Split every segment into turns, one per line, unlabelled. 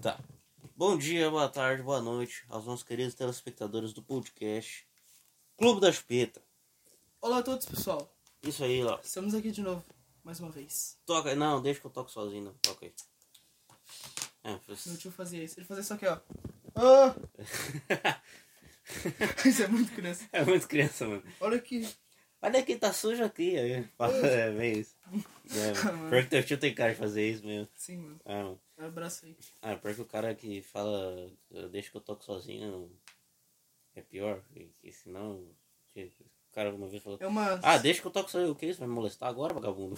Tá. Bom dia, boa tarde, boa noite aos nossos queridos telespectadores do podcast Clube da Chupeta.
Olá a todos, pessoal.
Isso aí, Léo.
Estamos aqui de novo, mais uma vez.
Toca aí. Não, deixa que eu toco sozinho. Não. Toca aí. É,
Meu
faz-
tio fazia isso. Ele fazia isso aqui, ó. Ah! isso é muito criança.
é muito criança, mano.
Olha aqui.
Olha aqui, tá sujo aqui. aí. Fala, É, bem isso. É,
Ah, mano.
pior que teu tio tem cara de fazer isso mesmo.
Sim, mano.
Ah, mano.
Abraço aí.
Ah, pior que o cara que fala, "Eu- deixa que eu toco sozinho, é pior. Que, que senão, que- tipo, o cara uma vez falou,
É uma.
ah, deixa que eu toco sozinho. O que isso? Vai me molestar agora, vagabundo?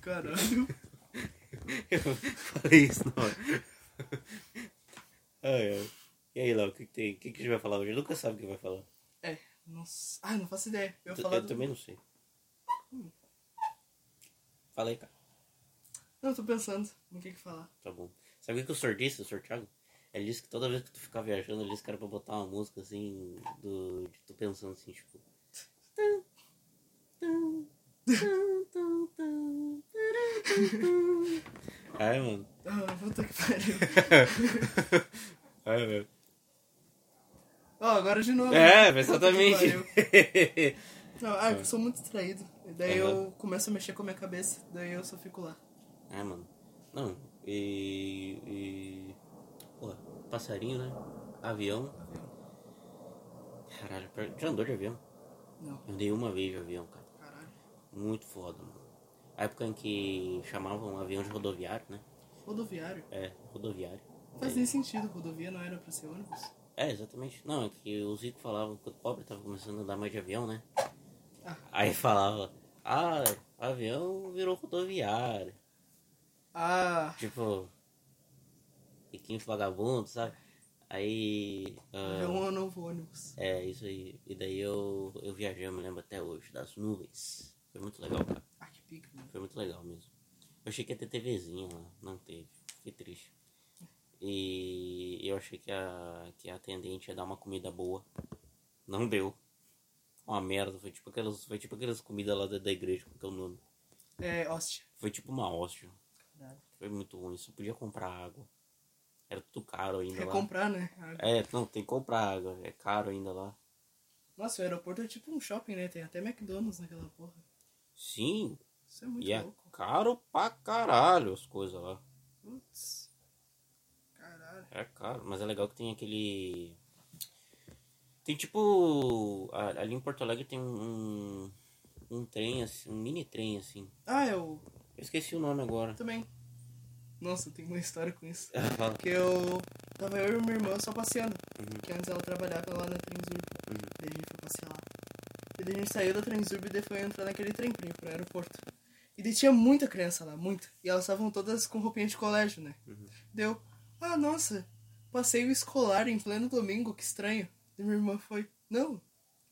Caralho.
Eu falei isso na hora. Ai, ai. E aí, Léo, o que, que tem? O que, que a gente vai falar hoje? Eu nunca sabe o que vai falar.
É. Nossa. Ah, não faço ideia. Eu
Eu,
ia falar.
eu
do-
também não sei. Fala aí, cara.
Não, eu tô pensando no que que falar.
Tá bom. Sabe o que que o sortista, o sorteado? Ele disse que toda vez que tu ficar viajando, ele disse que era pra botar uma música assim, do, de tu pensando assim, tipo. Ai, mano.
Ah, puta que pariu.
Ai, meu.
Ó, agora de novo.
É,
né? Puta que
exatamente.
pariu. Não, ah, eu sou muito distraído. Daí eu começo a mexer com a minha cabeça. Daí eu só fico lá.
ah, mano. Não, e. e... Pô, passarinho, né? Avião.
Tá vendo?
Caralho, per- já andou de avião?
Não.
Andei uma vez de avião, cara.
Caralho.
Muito foda, mano. A época em que chamavam avião de rodoviário, né?
Rodoviário.
É, rodoviário.
Faz nem sentido, rodovia não era pra ser ônibus.
É, exatamente. Não, é que o Zico falava, quando o pobre tava começando a andar mais de avião, né?
Ah.
Aí falava, ah, avião virou rodoviário.
Ah,
Tipo, riquinhos vagabundos, sabe? Aí. ah,
é um novo ônibus.
é, isso aí. E daí eu, eu viajei, eu me lembro até hoje, das nuvens. Foi muito legal, cara.
Ah, que pica, mano.
Foi muito legal mesmo. Eu achei que ia ter TVzinha lá, não teve. Fiquei triste. E eu achei que a, que a atendente ia dar uma comida boa. Não deu. Uma merda, foi tipo aquelas, foi tipo aquelas comidas lá da, da igreja, com que é o nome.
É, hóstia.
Foi tipo uma hóstia.
Caralho.
Foi muito ruim, só podia comprar água. Era tudo caro ainda
É
lá.
comprar, né? Ah,
É, não, tem que comprar água, é caro ainda lá.
Nossa, o aeroporto é tipo um shopping, né? Tem até McDonald's naquela porra.
Sim,
Isso é muito
e é
louco.
caro pra caralho as coisas lá.
Putz. Caralho.
É caro, mas é legal que tem aquele. Tem tipo. a- Ali em Porto Alegre tem um. um- Um trem, assim, um mini trem assim.
Ah, eu
Eu esqueci o nome agora.
também. Nossa, eu tenho uma história com isso.
Fala.
Porque eu tava eu e minha irmã só passeando. Que antes ela trabalhava lá na Transurb. Daí a gente foi passear lá. E daí a gente saiu da Transurb e daí foi entrar naquele trem pra ir pro aeroporto. E daí tinha muita criança lá, muita. E elas estavam todas com roupinha de colégio, né? Deu, ah, nossa, passeio escolar em pleno domingo, que estranho. E minha irmã foi, não,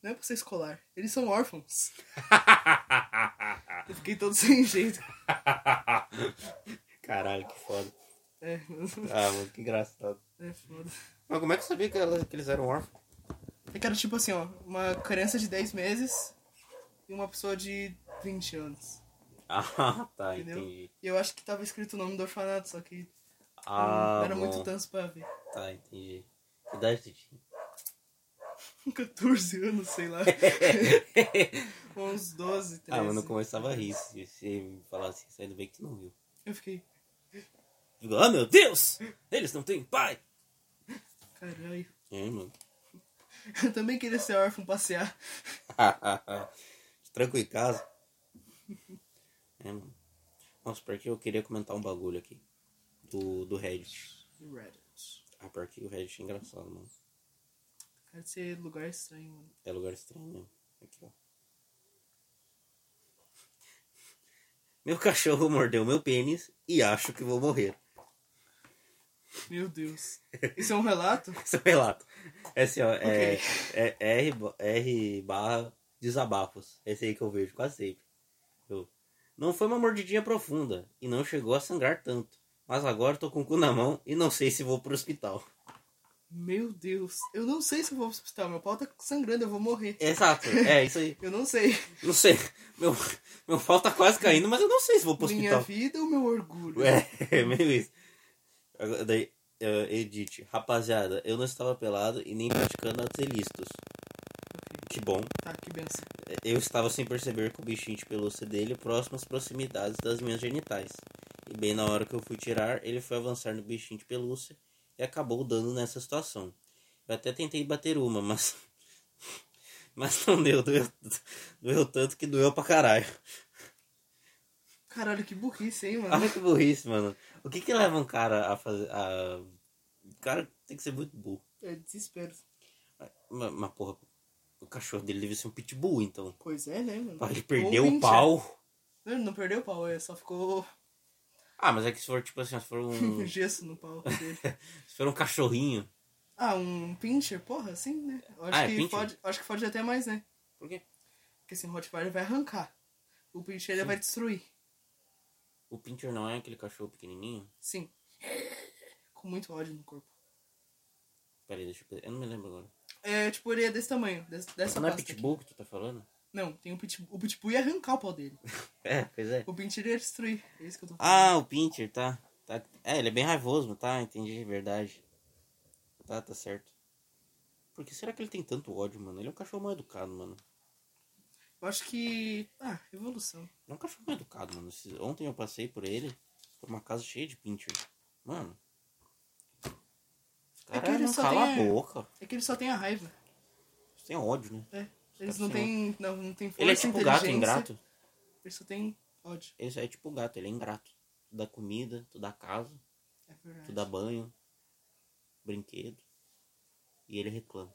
não é passeio escolar, eles são órfãos. Eu fiquei todo sem jeito.
Caralho, que foda.
É,
Ah, mano, que engraçado.
é foda.
Mas como é que eu sabia que, elas, que eles eram órfãos?
É que era tipo assim, ó, uma criança de 10 meses e uma pessoa de 20 anos.
Ah, tá,
Entendeu?
entendi.
E eu acho que tava escrito o nome do orfanato, só que
Ah,
não Hum, era
bom.
muito tanso pra ver.
Tá, entendi. Que idade tu tinha?
14 anos, sei lá. Uns 12, 13.
ah, mano, eu começava a rir se se me falasse isso, ainda bem que tu não viu.
Eu fiquei,
Eu digo, ah, meu Deus! Eles não têm pai!
caralho.
É, mano.
Eu também queria ser órfão passear.
Tranco em casa. É, mano. Nossa, pior que eu queria comentar um bagulho aqui. Do, do Reddit.
Reddit.
Ah, pior que o Reddit é engraçado, mano.
Cara, de ser lugar estranho, mano.
É lugar estranho mesmo. Aqui, ó. Meu cachorro mordeu meu pênis e acho que vou morrer.
Meu Deus. Isso é um relato?
Esse é o relato. É assim, ó. É, é R, ba- R barra desabafos. Esse aí que eu vejo quase sempre. Eu, não foi uma mordidinha profunda e não chegou a sangrar tanto. Mas agora tô com o cu na mão e não sei se vou pro hospital.
Meu Deus. Eu não sei se eu vou pro hospital. Meu pau tá sangrando, eu vou morrer.
Exato, é isso aí.
Eu não sei.
Não sei. Meu, meu pau tá quase caindo, mas eu não sei se vou pro
Minha
hospital.
vida ou meu orgulho?
É, é meio isso. Agora, daí, eh, Edith, rapaziada, eu não estava pelado e nem praticando atos ilícitos.
Ok.
Que bom.
Tá, que benção.
Eu estava sem perceber que o bichinho de pelúcia dele próximo às proximidades das minhas genitais. E bem na hora que eu fui tirar, ele foi avançar no bichinho de pelúcia e acabou dando nessa situação. Eu até tentei bater uma, mas. Mas não deu, doeu, doeu tanto que doeu pra caralho.
Caralho, que burrice, hein, mano?
Olha que É burrice, mano. O que que leva um cara a fazer. A... O cara tem que ser muito burro.
É desespero.
Mas, mas, porra, o cachorro dele devia ser um pitbull, então.
Pois é, né, mano?
Pra ele
perder
perder o pau.
Não, ele não perdeu o pau, ele só ficou
Ah, mas é que se for tipo assim, se for um.
um gesso no pau dele.
Se for um cachorrinho.
Ah, um pincher? Porra, assim, né? Eu Acho,
Ah, é
que
pincher?
pode, acho que pode até mais, né?
Por quê?
Porque assim, o Rottweiler vai arrancar. O pincher ele vai destruir.
O Pinter não é aquele cachorro pequenininho?
Sim. Com muito ódio no corpo.
Pera aí, deixa eu. Eu não me lembro agora.
É, tipo, ele é desse tamanho, des- dessa
não é
pasta aqui.
Pitbull que tu tá falando?
Não, tem o Pitbull. O Pitbull ia arrancar o pau dele.
É, pois é.
O Pincher ia destruir. É isso que eu tô falando.
Ah, o Pinter, tá. tá. É, ele é bem raivoso, tá? Entendi, verdade. Tá, tá certo. Por que será que ele tem tanto ódio, mano? Ele é um cachorro mal educado, mano.
Eu acho que. Ah, evolução.
Ele é um cachorro mal educado, mano. Esse- Ontem eu passei por ele, por uma casa cheia de Pinter. Mano. Os
É que
caras
ele
não
só
calam
tem-
a boca.
É que ele só tem a raiva.
Eles têm ódio, né?
É. Eles
Tá
não
certo.
têm. Não, não tem força.
Ele é tipo o gato
inteligência.
ingrato.
Ele só tem ódio.
Ele é tipo o gato, ele é ingrato. Tu dá comida, tu dá casa,
É
tu
verdade.
dá banho, brinquedo. E ele reclama.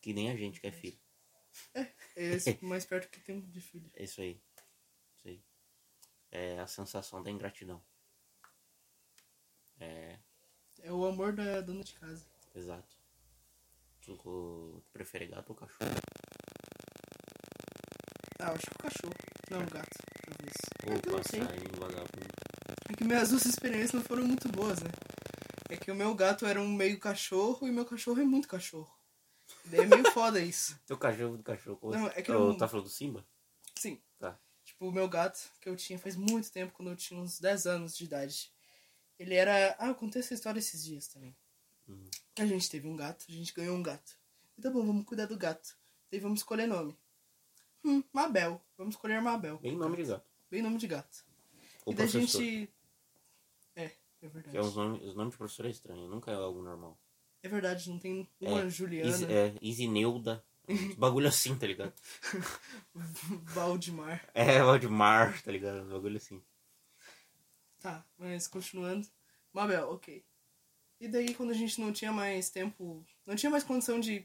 Que nem a gente que é filho.
Esse é mais perto que tem de filho.
É isso aí. Isso aí. É a sensação da ingratidão. É,
É o amor da dona de casa.
exato. Tu, tu prefere gato ou cachorro?
Ah, eu acho que o cachorro. Não, o gato, talvez. É que eu
Ou
não sei.
passarinho, vagabundo.
É que minhas duas experiências não foram muito boas, né? É que o meu gato era um meio cachorro e meu cachorro é muito cachorro. Daí é meio foda isso.
Teu cachorro do cachorro. como
Não,
assim?
é que
Ou
eu-
Tá falando do Simba?
Sim.
Tá.
Tipo, o meu gato, que eu tinha faz muito tempo, quando eu tinha uns 10 anos de idade. Ele era. Ah, eu contei essa história esses dias também.
Uhum.
Que A gente teve um gato, a gente ganhou um gato. E tá bom, vamos cuidar do gato. Daí vamos escolher nome. Hum, Mabel. Vamos escolher Mabel.
Bem nome de gato.
Bem nome de gato.
Ou
e da
professor.
gente. É, é verdade.
Que é os, nomes, os nomes de professor é estranho, nunca é algo normal.
É verdade, não tem uma
É,
Juliana,
Is, é, Isineuda. Uns bagulho assim, tá ligado?
Valdemar.
É, Valdemar, tá ligado? Uns bagulho assim.
Tá, mas continuando. Mabel, ok. E daí quando a gente não tinha mais tempo, não tinha mais condição de.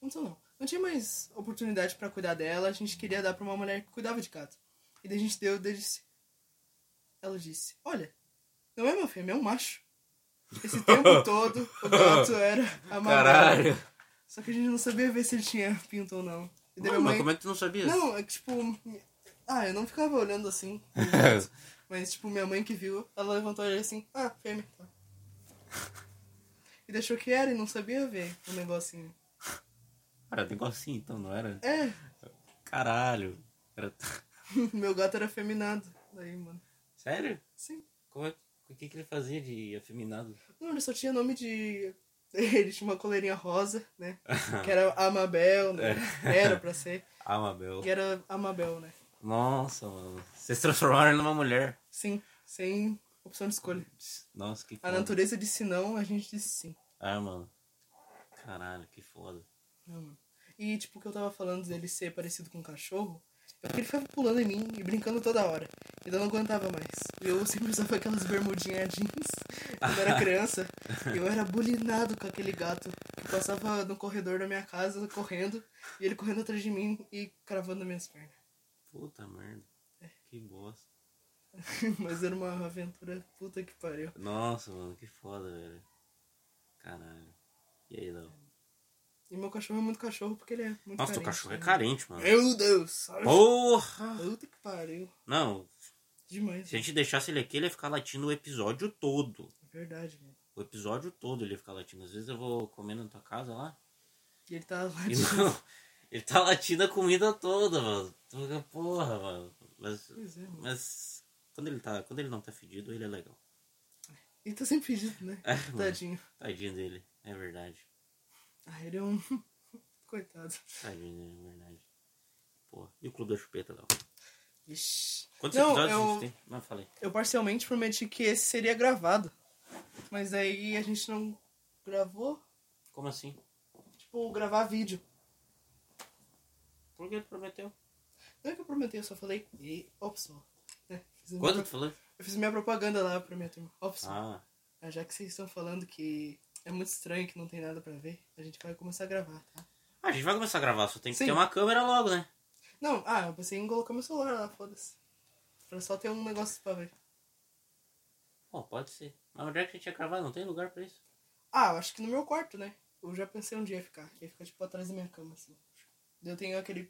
Condição não. Não tinha mais oportunidade pra cuidar dela, a gente queria dar pra uma mulher que cuidava de gato. E daí a gente deu, daí disse. Ela disse, olha, não é meu filho, é um macho. Esse tempo todo o gato era a Mabel.
Caralho!
Só que a gente não sabia ver se ele tinha pinto ou não. E daí
Mano,
minha
mas
mãe-
como é que tu não sabia?
Não, é que tipo. Ah, eu não ficava olhando assim. mas, tipo, minha mãe que viu, ela levantou e olhou assim: ah, fêmea. Tá. E deixou que era e não sabia ver o negocinho.
Era um negócio assim, então, não era?
É,
Caralho! Era-
meu gato era afeminado. Daí, mano.
Sério?
Sim.
Como é... O que, que ele fazia de afeminado?
Não, ele só tinha nome de. Ele tinha uma coleirinha rosa, né? Que era Amabel, né? Era pra ser.
Ah, Mabel.
Que era Amabel, né?
Nossa, mano. Vocês transformaram ele numa mulher.
Sim, sem opção de escolha.
Nossa, que
A
foda.
natureza disse Ah, não, a gente disse sim.
Ah, mano. Caralho, que foda.
Não, mano. E, tipo, o que eu tava falando dele ser parecido com um cachorro, é porque ele ficava pulando em mim e brincando toda hora. E eu não aguentava mais. E eu sempre usava aquelas bermudinhas jeans quando eu era criança. E eu era bulinado com aquele gato que passava no corredor da minha casa, correndo, e ele correndo atrás de mim e cravando minhas pernas.
Puta merda. Que bosta.
Mas era uma aventura puta que pariu.
Nossa, mano, que foda, velho. Caralho. E aí, Léo?
E meu cachorro é muito cachorro porque ele é muito
Nossa, teu
carente,
cachorro é
né?
carente, mano.
Meu Deus! olha-
Porra!
Puta que pariu.
Não,
Demais.
se a gente deixasse ele aqui, ele ia ficar latindo o episódio todo.
É verdade, mano.
O episódio todo ele ia ficar latindo. Às vezes eu vou comendo na tua casa lá.
E ele tá
E não, ele tá latindo a comida toda, mano. Tu fica, Porra, mano. Mas,
Pois é, mano.
mas quando ele tá. Quando ele não tá fedido, ele é legal.
Ele tá sempre pedido, né?
É, mano.
Tadinho.
Tadinho dele, é verdade.
Ah, ele é um. Coitado.
Tadinho dele, é verdade. Pô, e o Clube da Chupeta, Léo?
Ixi.
Quantos
Não,
episódios a
eu-
gente tem? Não, falei.
Eu parcialmente prometi que esse seria gravado. Mas aí a gente não gravou.
Como assim?
Tipo, gravar vídeo.
Por que tu prometeu?
Não é que eu prometi, eu só falei. E. Ops, ó. né? Fiz a minha
Quando
pro-
tu falou?
Eu fiz minha propaganda lá pra minha turma. Ops.
Ah,
Ah, Já que vocês estão falando que é muito estranho que não tem nada pra ver, a gente vai começar a gravar, tá?
Ah, a gente vai começar a gravar, só tem que
Sim.
ter uma câmera logo, né?
Não, ah, eu pensei em colocar meu celular lá, foda-se. Pra só ter um negócio pra ver.
Pô, pode ser. Mas onde é que a gente ia gravar? Não tem lugar pra isso?
Ah, eu acho que no meu quarto, né? Eu já pensei onde ia ficar. Ia ficar, tipo, atrás da minha cama, assim. Daí Eu tenho aquele...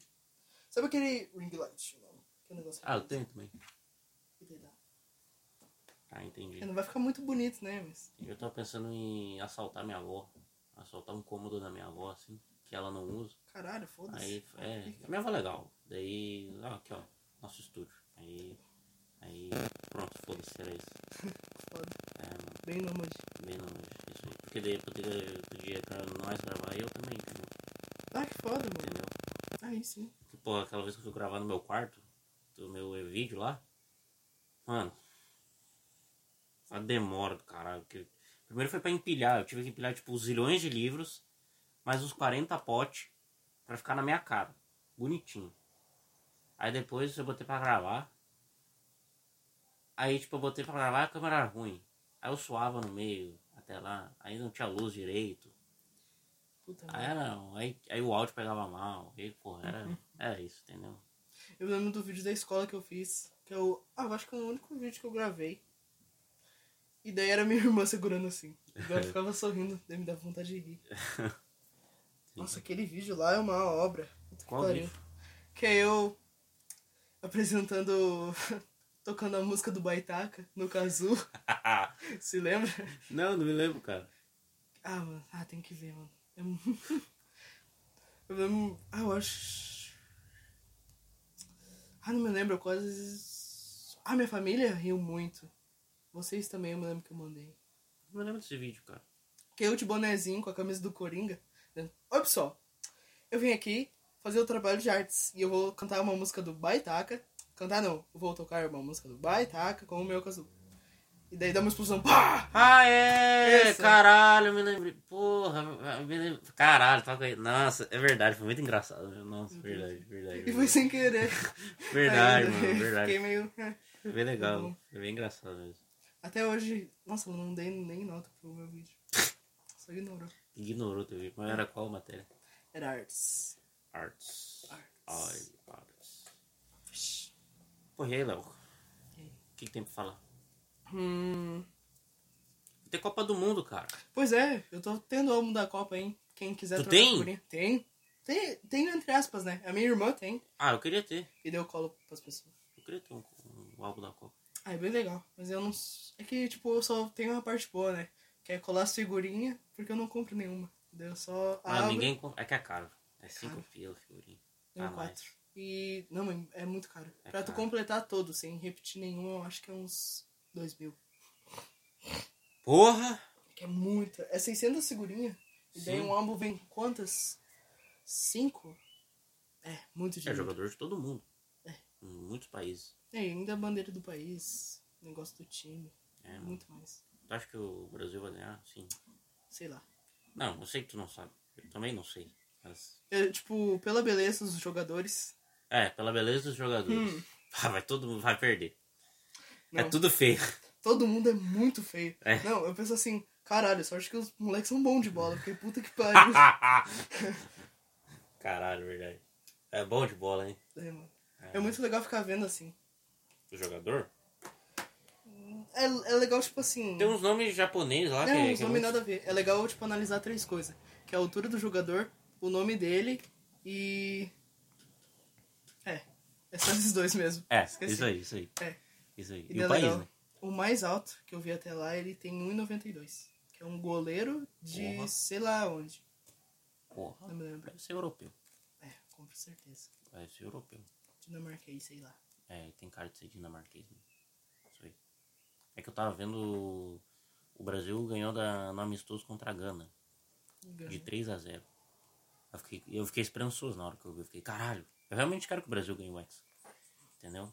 Sabe aquele ring light? o nome? Que é o negócio
Ah, eu tenho também.
que daí dá.
Ah, entendi.
É, Não vai ficar muito bonito, né? Mas...
Eu tava pensando em assaltar minha avó. Assaltar um cômodo da minha avó, assim, que ela não usa.
Caralho, foda-se.
Aí, é, a minha avó é legal. Daí, ó, aqui, ó, nosso estúdio. Aí, aí, pronto, foda-se, era isso.
Foda.
É, mano,
Bem nômade.
bem longe, isso aí. Porque daí eu poderia, eu podia pra nós gravar e eu também, tipo,
Ah, que foda, mano. Ah, né?
entendeu?
Aí sim.
Porque, pô, aquela vez que eu fui gravar no meu quarto, do meu vídeo lá, mano, a demora do caralho. Porque primeiro foi pra empilhar, eu tive que empilhar, tipo, zilhões de livros, mais uns 40 potes, pra ficar na minha cara, bonitinho. Aí depois eu botei pra gravar. Aí, tipo, eu botei pra gravar, a câmera era ruim. Aí eu suava no meio, até lá, aí não tinha luz direito.
Puta
Aí,
merda.
era, um, aí, aí o áudio pegava mal, aí, porra, era, era isso, entendeu?
Eu lembro do vídeo da escola que eu fiz. Que eu. Ah, eu acho que é o único vídeo que eu gravei. E daí era minha irmã segurando assim. E daí eu ficava sorrindo, daí me dava vontade de rir. Nossa, aquele vídeo lá é uma obra. Puta que
Qual
pariu.
vídeo?
Que é eu apresentando. tocando a música do Baitaca no Kazoo. Se lembra?
não, não me lembro, cara.
Ah, mano. Ah, tem que ver, mano. É mu- Eu lembro. Ah, eu acho. Ah, não me lembro, eu quase. Ah, minha família riu muito. Vocês também, eu me lembro que eu mandei.
Não me lembro desse vídeo, cara.
Que eu de bonezinho com a camisa do Coringa. né? Oi, pessoal. Eu vim aqui fazer o trabalho de artes. E eu vou cantar uma música do Baitaca. Cantar não, eu vou tocar uma música do Baitaca com o meu caso. E daí dá uma explosão. Pá!
Ah, é!
Esse. né?
Caralho, eu me lembrei. Porra, eu me lembro. Caralho, toca aí. Nossa, é verdade, foi muito engraçado. Nossa, verdade, verdade.
E foi
Verdade,
sem querer.
verdade
Aí eu
mano,
Fiquei
verdade.
meio. é.
Foi bem legal,
Uhum.
foi bem engraçado mesmo.
Até hoje, nossa, eu não dei nem nota pro meu vídeo. Só ignorou.
Ignorou teu vídeo, mas era qual matéria?
Era artes.
Arts.
Arts.
Ai, arts. Porra, e aí, Léo? O que, que tem pra falar?
Hum.
Tem Copa do Mundo, cara.
Pois é, eu tô tendo o álbum da Copa, hein? Quem quiser
Tu
trocar
tem?
figurinha. Tem. Tem, tem entre aspas, né? A minha irmã tem.
Ah, eu queria ter.
E deu colo pras pessoas.
Eu queria ter um, um álbum da Copa.
Ah, é bem legal. Mas eu não. s- É que, tipo, eu só tenho uma parte boa, né? Que é colar as figurinhas, porque eu não compro nenhuma. Daí eu só.
Ah,
abro,
ninguém. compra. É que é caro. É 5
Caro.
pila, figurinha.
dou
Ah,
um quatro. E. Não, mãe, é muito caro.
É
pra tu
caro.
completar todo, sem repetir nenhuma, eu acho que é uns dois mil.
Porra!
Que é muita. É 600 figurinhas. E daí
Sim.
um álbum vem quantas? Cinco? É, muito
É
dinheiro.
jogador de todo mundo.
É.
Em muitos países.
É, e ainda a bandeira do país, negócio do time,
É, mano.
muito mais.
Tu acha que o Brasil vai ganhar? Sim.
Sei lá.
Não, eu sei que tu não sabe. Eu também não sei. Mas.
É, tipo, pela beleza dos jogadores.
É, pela beleza dos jogadores.
Hum.
Ah, vai todo mundo vai perder. É
Não.
tudo feio.
Todo mundo é muito feio.
É.
Não, eu penso assim, caralho, sorte que os moleques são bons de bola, porque puta que pariu.
Caralho, verdade. É bom de bola, hein?
é, mano. é muito legal ficar vendo assim.
O jogador?
É, é legal, tipo assim.
Tem uns nomes japoneses lá que,
Não,
que
os
é
nomes
muito-
nada a ver. É legal, tipo, analisar três coisas. Que é a altura do jogador, o nome dele e... É. É só esses dois mesmo.
É,
Esqueci.
isso aí, isso aí.
É.
Isso aí.
E,
E,
daí é
o país,
legal.
né?
O mais alto que eu vi até lá, ele tem 1,92. Que é um goleiro de
Porra.
sei lá onde. Não
Porra.
me lembro.
Deve ser europeu.
É, com certeza.
Deve ser europeu.
Dinamarquês, sei lá.
É, tem cara de ser dinamarquês. Né? Isso aí. É que eu tava vendo O Brasil ganhou da, no amistoso contra a Gana, de
Engano.
3 a 0 Eu fiquei, eu fiquei esperançoso na hora que eu vi. Eu fiquei, caralho, eu realmente quero que o Brasil ganhe o Hexa. Entendeu?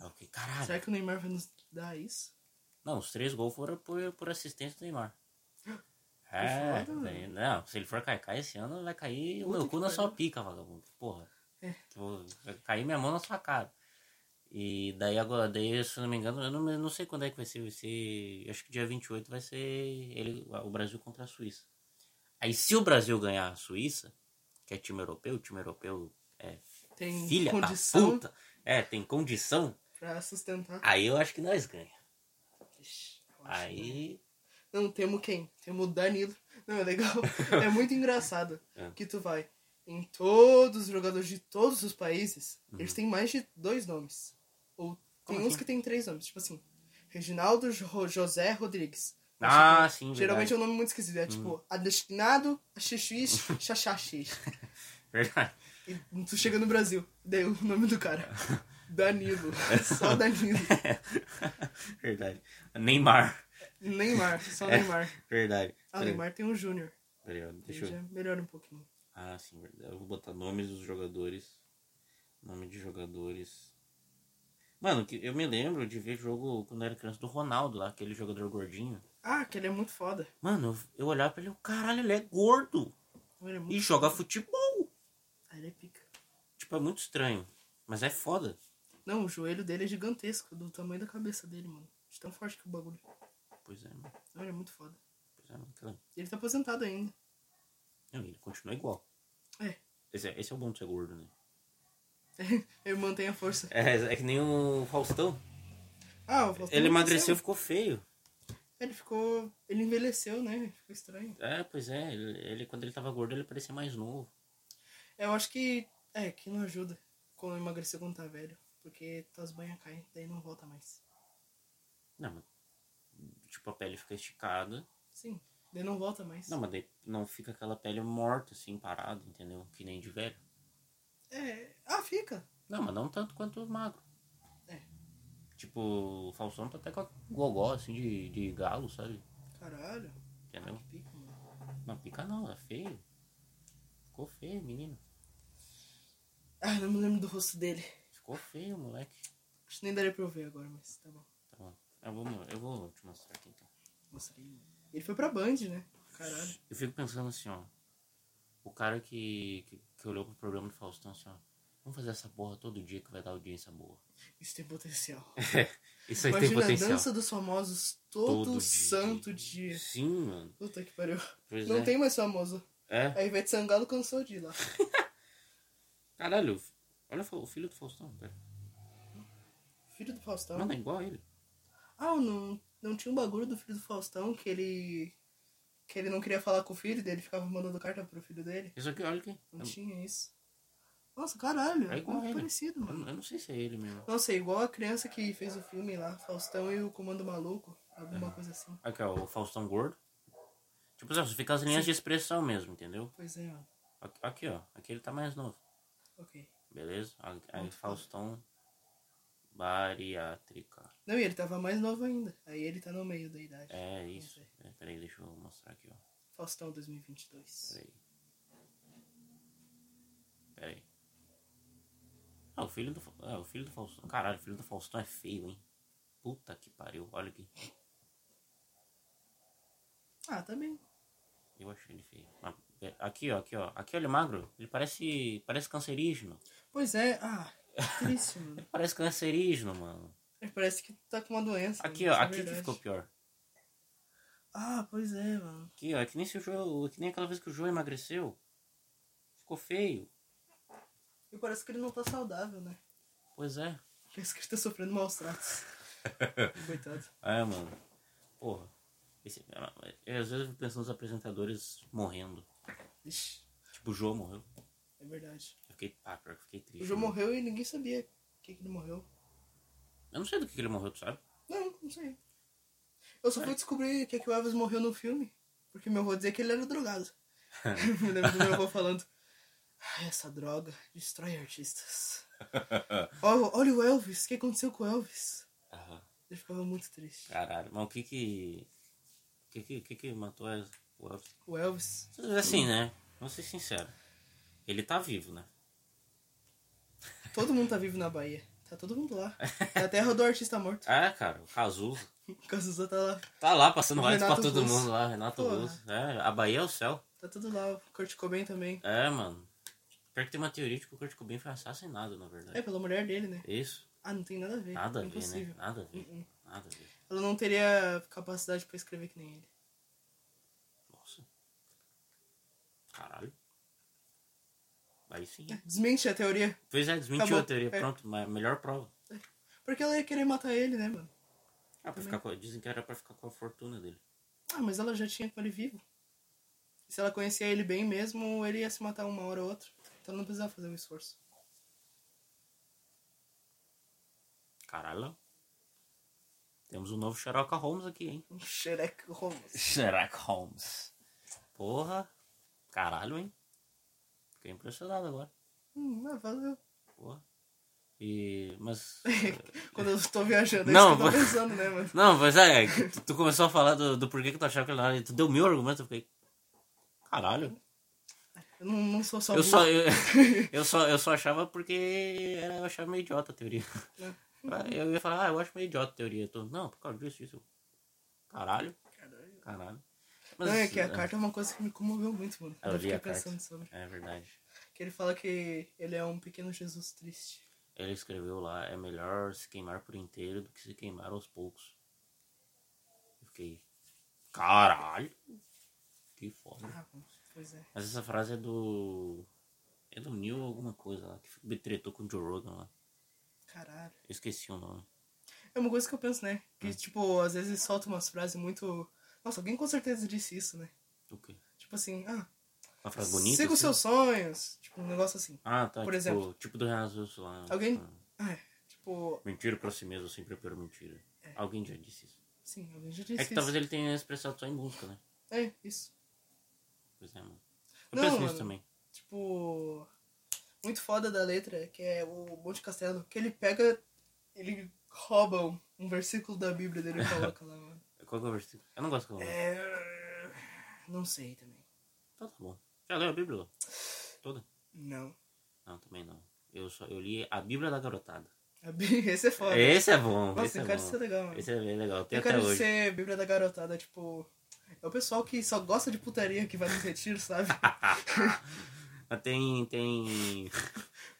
Aí eu fiquei, caralho.
Será que o Neymar vai nos dar isso?
Não, os três gols foram por, por assistência do Neymar. É,
foda,
daí- não, se ele for cair, cair esse ano, vai cair o
Puta
meu
que
cu na
pariu.
sua pica, vagabundo. Porra.
É.
Vou- Vai cair minha mão na sua cara. E daí agora, daí, se eu não me engano, eu não, me- não sei quando é que vai ser, vai ser. Acho que dia 28 vai ser ele, o Brasil contra a Suíça. Aí se o Brasil ganhar a Suíça, que é time europeu, o time europeu é
Tem
filha da
condição
puta, é, tem condição,
pra sustentar.
aí eu acho que nós ganha.
Ixi, eu acho que
Aí.
Não, Não, temo quem? Temo o Danilo. Não, é legal. é muito engraçado
É.
que tu vai em todos os jogadores de todos os países, eles têm mais de dois nomes. Ou tem
Uhum. Como
uns
assim?
que tem três nomes, tipo assim, Reginaldo Jo- José Rodrigues.
Ah, sim,
Geralmente
verdade. Uhum.
é um nome muito esquisito, é tipo, adestinado a xx, xaxax.
Verdade.
E tu chega no Brasil, daí o nome do cara, Danilo, só Danilo.
Verdade. Neymar.
Neymar, só
É,
Neymar.
Verdade.
Ah, o Neymar tem um Júnior.
Peraí, ó, deixa
Ele
eu...
já melhora um pouquinho.
Ah, sim, verdade. Eu vou botar nomes dos jogadores. Nome de jogadores. Mano, que- eu me lembro de ver jogo quando eu era criança do Ronaldo lá, aquele jogador gordinho.
Ah, que ele é muito foda.
Mano, eu, eu olhava pra ele, caralho, ele é gordo
Ele é muito
e joga futebol.
Ah, ele é pica.
Tipo, é muito estranho, mas é foda.
Não, o joelho dele é gigantesco, do tamanho da cabeça dele, mano. De tão forte que o bagulho.
Pois é, mano.
Não, ele é muito foda.
Pois é, mano. Aquela-
E Ele tá aposentado ainda.
Não, ele continua igual.
É.
Esse é, esse é o bom de ser gordo, né?
ele mantém a força.
É, é que nem o Faustão.
Ah, o Faustão
Ele
envelheceu.
emagreceu, ficou feio.
Ele ficou. Ele envelheceu, né? Ficou estranho.
É, pois é, ele, ele- quando ele tava gordo ele parecia mais novo.
Eu acho que. É, que não ajuda quando emagrecer quando tá velho. Porque tuas banhas caem, daí não volta mais.
Não, mas, tipo, a pele fica esticada.
Sim, daí não volta mais.
Não, mas daí não fica aquela pele morta, assim, parada, entendeu? Que nem de velho.
É. Ah, fica!
Não, mas não tanto quanto o magro.
É.
Tipo, o Falsão tá até com a gogó, assim, de, de galo, sabe?
Caralho. Ah,
Entendeu?
que pica, mano.
Não, pica não, é feio. Ficou feio, menino.
Ah, não me lembro do rosto dele.
Ficou feio, moleque.
Acho que nem daria pra eu ver agora, mas tá bom.
Tá bom. Eu vou, eu vou te mostrar aqui, então.
Mostrei. Ele foi pra Band, né? Caralho.
Eu fico pensando assim, ó. O cara que, que, que olhou pro programa do Faustão assim, ó. Vamos fazer essa porra todo dia que vai dar audiência boa.
Isso tem potencial.
Isso aí tem
Imagina
potencial.
a dança dos famosos todo,
Todo dia.
santo dia.
Sim, mano.
Puta que pariu.
Pois
não
é.
tem mais famoso.
É.
A Ivete Sangalo cansou de ir lá.
Caralho, olha o fa- o filho do Faustão, cara.
Filho do Faustão.
Mano, é igual a ele.
Ah, não, não tinha um bagulho do filho do Faustão que ele. que ele não queria falar com o filho dele, ficava mandando carta pro filho dele.
Isso aqui, olha aqui.
Não tinha isso. Nossa, caralho,
É
é
igual
muito
É. ele.
parecido,
Eu,
mano.
eu não sei se é ele mesmo.
Nossa, é igual a criança que fez o filme lá, Faustão e o Comando Maluco,
É.
alguma coisa assim.
Aqui, ó, o Faustão gordo. Tipo assim, ó, só fica as linhas de expressão mesmo, entendeu?
Pois é, ó.
Aqui- Aqui, ó. Aqui ele tá mais novo.
Ok.
Beleza? Aí- Aí
Muito
Faustão bariátrica.
Não, e ele tava mais novo ainda. Aí ele tá no meio da idade.
É isso. É, peraí, deixa eu mostrar aqui, ó.
Faustão 2022.
Peraí. Peraí. Ah, o filho do. Fa- Ah, o filho do Faustão. Caralho, o filho do Faustão é feio, hein? Puta que pariu. Olha aqui.
Ah, tá bem.
Eu achei ele feio. Ah, é, Aqui, ó, aqui, ó. Aqui, olha, magro. Ele parece. Parece cancerígeno.
Pois é, ah, triste, mano.
Ele parece cancerígeno, mano.
Ele Parece que tá com uma doença.
Aqui,
né?
ó,
Isso é
aqui que
verdade.
ficou pior.
Ah, pois é, mano.
Aqui, ó. É que nem se o João. É que nem aquela vez que o João emagreceu. Ficou feio.
E parece que ele não tá saudável, né?
Pois é.
Parece que ele tá sofrendo maus tratos. Coitado.
É, mano. Porra. Esse, eu, às vezes eu fico pensando nos apresentadores morrendo.
Ixi,
Tipo, o João morreu.
é verdade.
Eu fiquei, pá, pior que eu fiquei triste.
O João
mano.
morreu e ninguém sabia o que, que ele morreu.
Eu não sei do que, que ele morreu, tu sabe?
É, Não, não sei. Eu só fui descobrir o que, que o Elvis morreu no filme. Porque meu avô dizia que ele era drogado. Me lembro do meu avô falando. "Ai, Essa droga destrói artistas. olha, olha o Elvis, o que aconteceu com o Elvis?
Aham.
Ele ficava muito triste.
Caralho. Mas o que que... que, que, que, que matou essa? o Elvis?
O Elvis.
Assim, né? Vamos ser sinceros. Ele tá vivo, né?
Todo mundo tá vivo na Bahia. Tá todo mundo lá. É a terra do artista morto.
É, cara, o Cazuza.
Cazuza tá lá.
Tá lá passando
O
mais pra
Renato
todo
Russo.
mundo lá, Renato
Porra.
Russo. É, a Bahia é o céu.
Tá tudo lá. O Kurt Cobain também.
É, mano. Pior que tem uma teoria de que o Kurt Cobain foi assassinado, na verdade.
É, pela mulher dele, né?
Isso.
Ah, não tem nada a ver.
Nada a ver, né?
Impossível.
Nada a ver.
Uh-uh.
Nada a ver.
Ela não teria capacidade pra escrever que nem ele.
Nossa. Caralho. Aí sim.
Desmente a teoria.
Pois é, desmentiu
É. Acabou.
a teoria.
É.
Pronto, mas melhor prova.
Porque ela ia querer matar ele, né, mano?
Ah, pra
é.
ficar com, a- dizem que era pra ficar com a fortuna dele.
Ah, mas ela já tinha com ele vivo. Se ela conhecia ele bem mesmo, ele ia se matar uma hora ou outra. Então ela não precisava fazer um esforço.
Caralho. Temos um novo Sherlock Holmes aqui, hein?
Um Shrek Holmes.
Sherlock Holmes. Porra. Caralho, hein? Fiquei impressionado agora.
Hum, ah, valeu.
Porra. E. Mas.
Quando eu tô viajando, é
Não,
isso que eu tô
mas-
pensando, né, mano?
Não, pois é, que tu, tu começou a falar do, do porquê que tu achava que ele não era. Tu deu mil argumentos, eu fiquei. Caralho.
Eu não, não sou só
Eu
burro.
só, eu, eu só, eu só achava porque era- eu achava meio idiota a teoria.
É.
Eu ia falar, ah, eu acho meio idiota a teoria. Tu, não, por causa disso, isso. Caralho,
Caralho.
caralho.
Não, é que a carta é uma coisa que me comoveu muito, mano.
Eu
eu
li
fiquei
a carta.
pensando sobre.
É verdade.
Que ele fala que ele é um pequeno Jesus triste.
Ele escreveu lá, é melhor se queimar por inteiro do que se queimar aos poucos. Eu fiquei. Caralho! Que foda.
Ah, bom, pois é.
Mas essa frase é do. É do Neil alguma coisa lá, que me tretou com o Joe Rogan lá.
Caralho.
Eu esqueci o nome.
É uma coisa que eu penso, né? Que,
Hum.
tipo, às vezes solta umas frases muito. Nossa, alguém com certeza disse isso, né?
O quê?
Tipo assim, ah,
Uma frase bonita?
siga os
assim?
seus sonhos. Tipo, um negócio assim.
Ah, tá.
por
tipo,
exemplo.
Tipo do Renato Russo lá.
Alguém-
Ah,
Ah, é. Tipo,
mentira pra si mesmo sempre é a pior mentira. Alguém já disse isso.
sim, alguém já disse
é que
isso.
talvez ele tenha expressado só em música, né?
É, isso.
Pois é, mano. Eu
Não,
penso nisso
mano.
também.
Tipo, muito foda da letra, que é o Monte Castelo, que ele pega, ele rouba um, um versículo da Bíblia dele e coloca lá, mano.
Qual que é o versículo? Eu não gosto que eu é...
É. Não sei também.
Então tá bom. Já leu a Bíblia? Toda?
Não.
Não, também não. Eu só eu li a Bíblia da Garotada.
A Bí- Esse é foda.
Esse é bom.
Nossa,
esse
eu
é
quero
bom.
ser legal, mano.
Esse é bem legal. Tem
Eu
até
quero
hoje.
ser Bíblia da Garotada, tipo. É o pessoal que só gosta de putaria que vai nos retiros, sabe?
Mas tem. tem...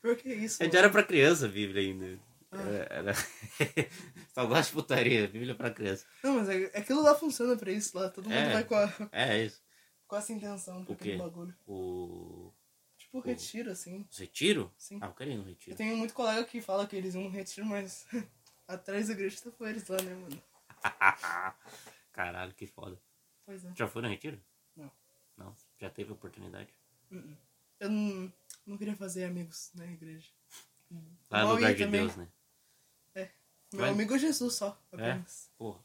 Pior que isso.
É,
mano.
Já era pra criança a Bíblia ainda.
Ah.
Era- era- Só gosto de putaria, Bíblia pra criança.
Não, mas é- aquilo lá funciona pra isso lá. Todo mundo
É.
vai com, a,
É isso.
com essa intenção pra
O quê?
aquele bagulho.
O.
Tipo, retiro, assim.
Os retiro?
Sim.
Ah, eu queria ir no
Eu
retiro.
tenho muito colega que fala que eles iam no retiro, mas atrás da igreja tá com eles lá, né, mano?
Caralho, que foda.
Pois é.
Já foi no retiro?
Não.
Não? Já teve oportunidade?
Uh-uh. Eu não, não queria fazer amigos na igreja.
Lá é
Mal
lugar
ia
de
também.
Deus, né?
Meu
Vai.
amigo é Jesus só,
É?
apenas.
Porra,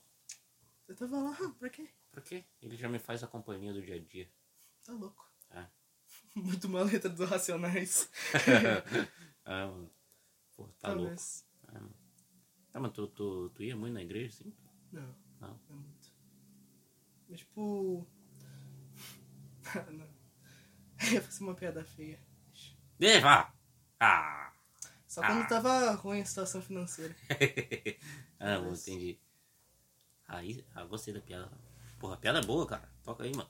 Eu tava lá, ah, pra quê?
por quê? Ele já me faz a companhia do dia a dia.
Tá louco.
É.
Muito uma letra dos Racionais.
ah, mano. Porra, tá louco.
Talvez.
Ah, mas tu, tu, tu ia muito na igreja, sim?
Não,
Não.
não é muito. Mas tipo. Ah, não. Eu ia fazer uma piada feia.
Ei, vá! Ah!
Só quando tava ruim a situação financeira.
ah, eu
Mas-
entendi. Aí, ah, gostei da piada. Porra, a piada é boa, cara. Toca aí, mano.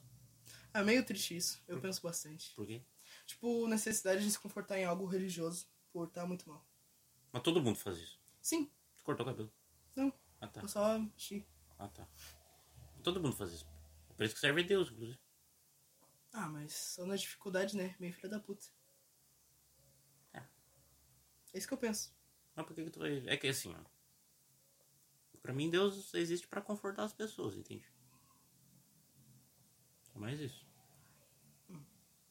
É meio triste isso, eu penso bastante.
Por quê?
Tipo, necessidade de se confortar em algo religioso por estar muito mal.
Mas todo mundo faz isso.
Sim,
Tu cortou o cabelo.
não,
Ah, tá.
eu só mexi.
Ah, tá. Todo mundo faz isso. É Por isso que serve Deus, inclusive.
Ah, mas só na dificuldade, né? Meio filha da puta.
É.
É isso que eu penso.
Mas por que, que tu vai. É que assim, ó. Pra mim, Deus existe pra confortar as pessoas, entende? É mais isso.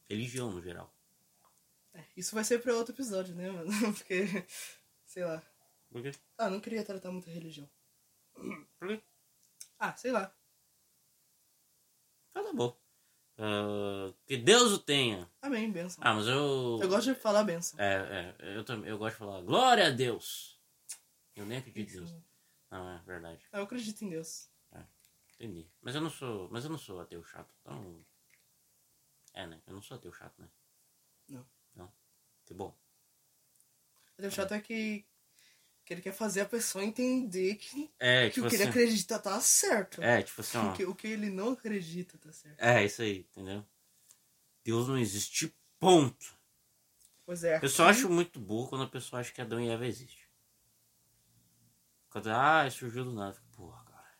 Religião, no geral.
É, isso vai ser pra outro episódio, né, mano? Porque, sei lá.
Por quê?
Ah, não queria tratar muito a religião.
Por quê?
Ah, sei lá.
Ah, tá bom. Ah, que Deus o tenha.
Amém, benção.
Ah, mas eu.
Eu gosto de falar benção.
É, é, eu também. Eu gosto de falar glória a Deus. Eu nem acredito em Deus. Não, é verdade.
Ah, eu acredito em Deus.
É. Entendi. Mas eu não sou. Mas eu não sou ateu chato, então. É, né? Eu não sou ateu chato, né?
Não.
Não. Que bom.
O chato é que, que ele quer fazer a pessoa entender que,
É,
que
tipo
o que
assim.
ele acredita tá certo.
É, tipo assim, ó.
O que, o que ele não acredita tá certo.
É, isso aí, entendeu? Deus não existe, ponto.
Pois é.
Eu só acho muito burro quando a pessoa acha que Adão e Eva existem. Quando, ah, surgiu do nada. eu fico, Porra, cara.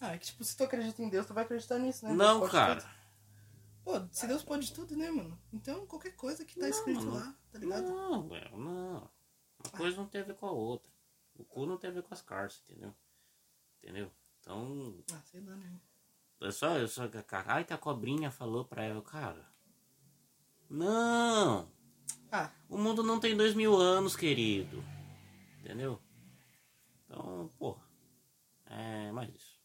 Ah, é que tipo, se tu acredita em Deus, tu vai acreditar nisso, né? Deus
Não,
pode
cara.
tudo. Pô, se Deus pode tudo, né, mano? Então qualquer coisa que tá
Não,
escrito
mano.
lá, tá ligado?
Não, velho, não. Uma coisa não tem a ver com a outra. O cu não tem a ver com as carças, entendeu? Entendeu? Então,
Ah, sei lá, né?
é só, eu só, cara, ai, que a cobrinha falou pra Eva, cara. Não!
Ah,
O mundo não tem dois mil anos, querido. Entendeu? Então, porra. É mais isso.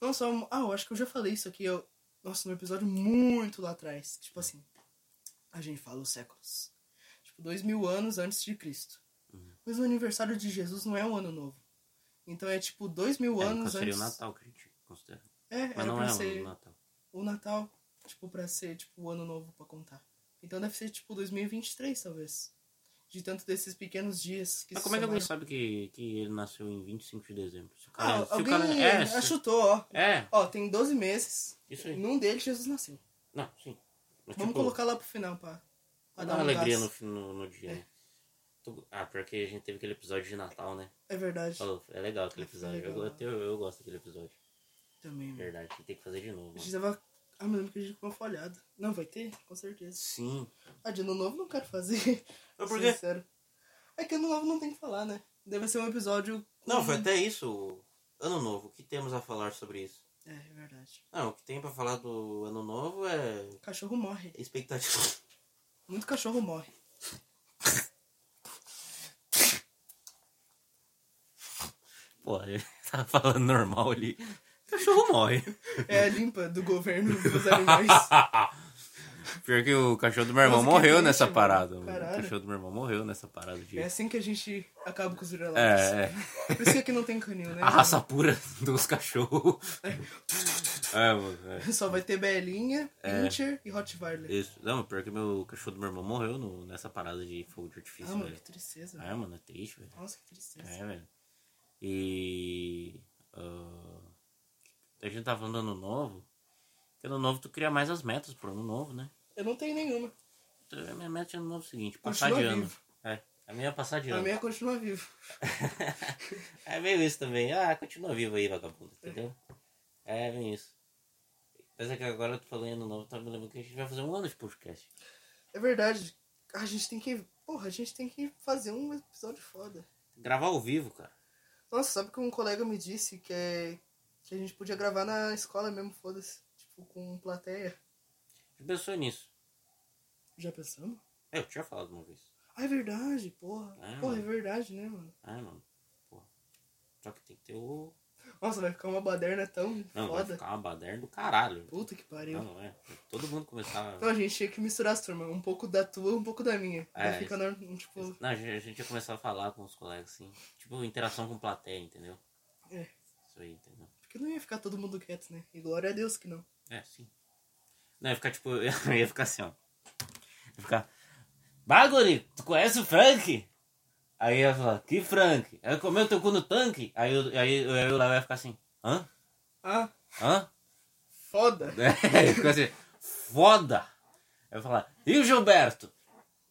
não só. Ah, eu acho que eu já falei isso aqui, eu... nossa, num episódio muito lá atrás. Tipo assim, a gente fala os séculos. Tipo, dois mil anos antes de Cristo.
Uhum.
Mas o aniversário de Jesus não é um ano novo. Então é tipo dois mil
É, nunca
anos
seria
antes.
o Natal que a gente considera.
É,
Mas
era
não
pra
é
ser
o Natal.
o Natal, tipo, pra ser tipo o ano novo pra contar. Então deve ser tipo 2023, talvez. De tanto desses pequenos dias que
Mas
se
como é que alguém
somaram.
sabe que, que ele nasceu em 25 de dezembro? Se o
Ah,
cara, se o
alguém
cara- é,
ah,
se-
chutou, ó.
é,
Ó, tem 12 meses.
isso aí.
Num deles Jesus nasceu.
Não, sim. Mas,
Vamos
tipo,
colocar lá pro final, pá. Pra
dá
dar
uma
um
alegria no,
gás.
fim- no, no dia,
É.
né? Tu- Ah, porque a gente teve aquele episódio de Natal, né?
É verdade.
Falou, é legal aquele
Foi
episódio. Eu,
legal.
até eu, eu gosto daquele episódio.
Também, mano.
Verdade, tem que fazer de novo.
A
mano.
gente tava. Ah, me lembro que a gente ficou folhado. Não, vai ter? Com certeza.
Sim.
Ah, de ano novo não quero fazer.
Mas por quê?
Sincero. É que ano novo não tem o que falar, né? Deve ser um episódio. com-
Não, foi até isso. Ano novo, o que temos a falar sobre isso?
É, é verdade.
Não, o que tem pra falar do ano novo é
Cachorro morre.
expectativa.
Muito cachorro morre.
Pô, eu tava falando normal ali. Cachorro morre.
É a limpa do governo dos animais.
Pior que o cachorro do meu irmão
Nossa, que é
morreu
triste,
nessa
mano.
parada. O
Caralho.
cachorro do meu irmão morreu nessa parada de.
É assim que a gente acaba com os vira-latas.
É, é.
Por isso que aqui não tem canil, né?
A raça pura dos cachorros. É, mano. É.
Só vai ter Belinha, Pincher e Rottweiler.
Isso. Não, pior que meu cachorro do meu irmão morreu no- nessa parada de fogo de
Ah,
artifício,
mano,
velho.
que tristeza.
É, mano, é triste, velho.
Nossa, que tristeza.
É, velho. E. ah, a gente tava falando do ano novo. Porque ano novo tu cria mais as metas pro ano novo, né?
Eu não tenho nenhuma.
Então, a minha meta de ano novo é o seguinte: passar
Continua
de ano.
vivo.
É. A minha é passar de
A
ano.
minha continua viva.
é meio isso também. Ah, continua vivo aí, vagabundo, entendeu? É, bem isso. Apesar que agora tu falando em ano novo, tá me lembrando que a gente vai fazer um ano de podcast.
É verdade. A gente tem que. Porra, a gente tem que fazer um episódio foda.
Gravar ao vivo, cara.
Nossa, sabe que um colega me disse que é. Que a gente podia gravar na escola mesmo, foda-se. Tipo, com plateia.
Já pensou nisso?
Já pensamos?
É, eu tinha falado uma vez.
Ah, é verdade, porra.
É,
porra, é
mano.
verdade, né, mano?
Ah, mano. Porra. Só que tem que ter o.
Nossa, vai ficar uma baderna tão
Não, vai
foda.
ficar uma baderna do caralho.
Puta que pariu.
Não, não é. Todo mundo começava.
Então a gente tinha que misturar as turmas. Um pouco da tua, um pouco da minha.
É,
Vai ficar na- um, tipo...
Não, a gente a gente ia começar a falar com os colegas, assim. Tipo, interação com plateia, entendeu?
É.
Isso aí, entendeu?
Porque não ia ficar todo mundo quieto, né? E glória a Deus que não.
É, sim. Não, ia ficar tipo. Eu ia ficar assim, ó. Ia ficar. Baguri, tu conhece o Frank? Aí eu ia falar, que Frank? Aí comeu teu cu no tanque? Aí eu, aí, eu- aí eu lá ia ficar assim, hã?
Ah,
Hã?
foda.
É, ficou assim, foda! Aí eu falar, e o Gilberto?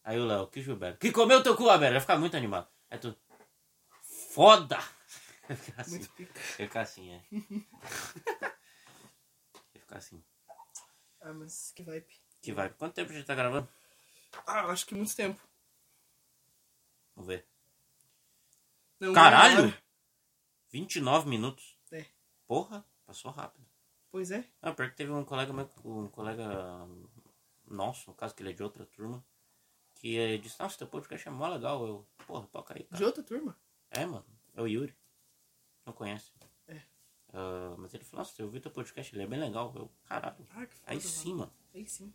Aí o Léo, que Gilberto? Que comeu teu cu, Abel? Eu ia ficar muito animado. Aí tu, foda! Eu ia ficar assim,
Muito pica.
eu ia ficar assim, é. Eu ia ficar assim.
Ah, mas que vibe.
Que vai, quanto tempo a gente tá gravando?
Ah, acho que muito tempo.
Vamos ver.
Não, uma
Caralho!
hora.
29 minutos.
É.
Porra, passou rápido.
Pois é.
Ah, pior que teve um colega, meu- um colega nosso, no caso, que ele é de outra turma, que eh, disse, nossa, teu podcast é mó legal. Eu, porra, toca aí, cara.
De outra turma.
É, mano. É o Yuri. Não conhece.
É.
Ah, mas ele falou, nossa, eu ouvi teu podcast, ele é bem legal. Eu, caralho.
Ah, que foda.
Aí
mano.
sim, mano.
Aí sim.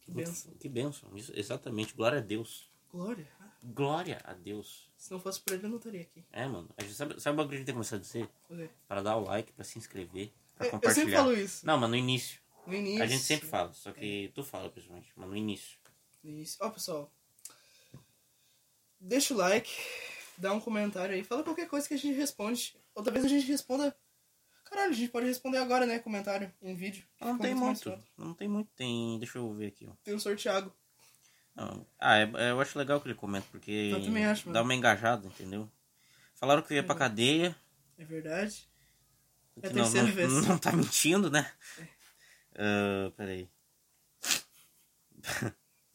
Que benção.
Que benção. Isso, exatamente. Glória a Deus.
Glória. Ah,
Glória a Deus.
se não fosse por ele, eu não estaria aqui.
É, mano. A gente sabe, sabe o bagulho que a gente tem que começar a dizer?
Pois é.
Pra dar o like, pra se inscrever. Pra
Eu- Eu sempre
compartilhar.
falo isso. É.
Não, mas no início.
No início.
A gente sempre fala, só que tu fala, principalmente, mas no início.
No início. Ó, pessoal. Deixa o like, dá um comentário aí, fala qualquer coisa que a gente responde. Ou talvez a gente responda. Caralho, a gente pode responder agora, né? Comentário em vídeo.
Não
Fica
tem
mais
muito.
fácil.
Não tem muito. Tem. Deixa eu ver aqui, ó.
Tem o sorteado.
Não, Ah, é- é, eu acho legal que ele comenta, porque
Eu também acho,
dá uma engajada, entendeu? Falaram que eu ia pra cadeia.
É verdade? É a
que não,
terceira
não,
vez.
não tá mentindo, né?
É.
Ah, peraí.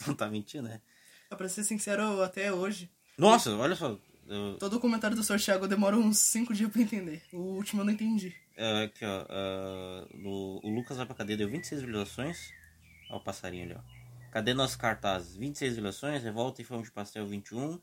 não tá mentindo, né?
Ah, pra ser sincero, até hoje,
Nossa, olha só. eu-
todo o comentário do sorteado demora uns 5 dias pra entender. O último eu não entendi.
É, aqui, ó. ah, no- o Lucas vai pra cadeia, deu 26 visualizações. Ó, o passarinho ali, ó. Cadê nossos cartazes? 26 visualizações, Revolta e Fome de Pastel 21.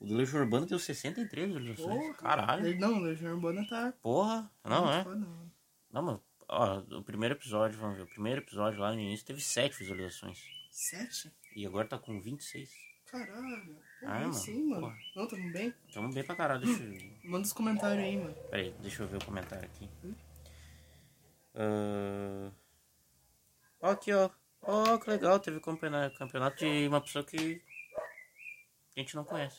O do Legião Urbana deu 63 visualizações.
Porra.
Caralho.
Não, Legião Urbana tá.
Porra. Não, é?
Foda, não.
Não, mas, ó, o primeiro episódio, vamos ver. O primeiro episódio lá no início teve 7 visualizações.
Sete?
E agora tá com 26.
Caralho. Pô,
Ah,
bem
mano.
sim, mano.
Porra.
Não, tamo bem?
Tamo bem pra caralho. Deixa eu...
Manda os comentários aí, mano.
Pera aí, deixa eu ver o comentário aqui.
Hum?
Ah, Ó, aqui, ó. Ó, que legal, teve campeonato, campeonato de uma pessoa que a gente não conhece.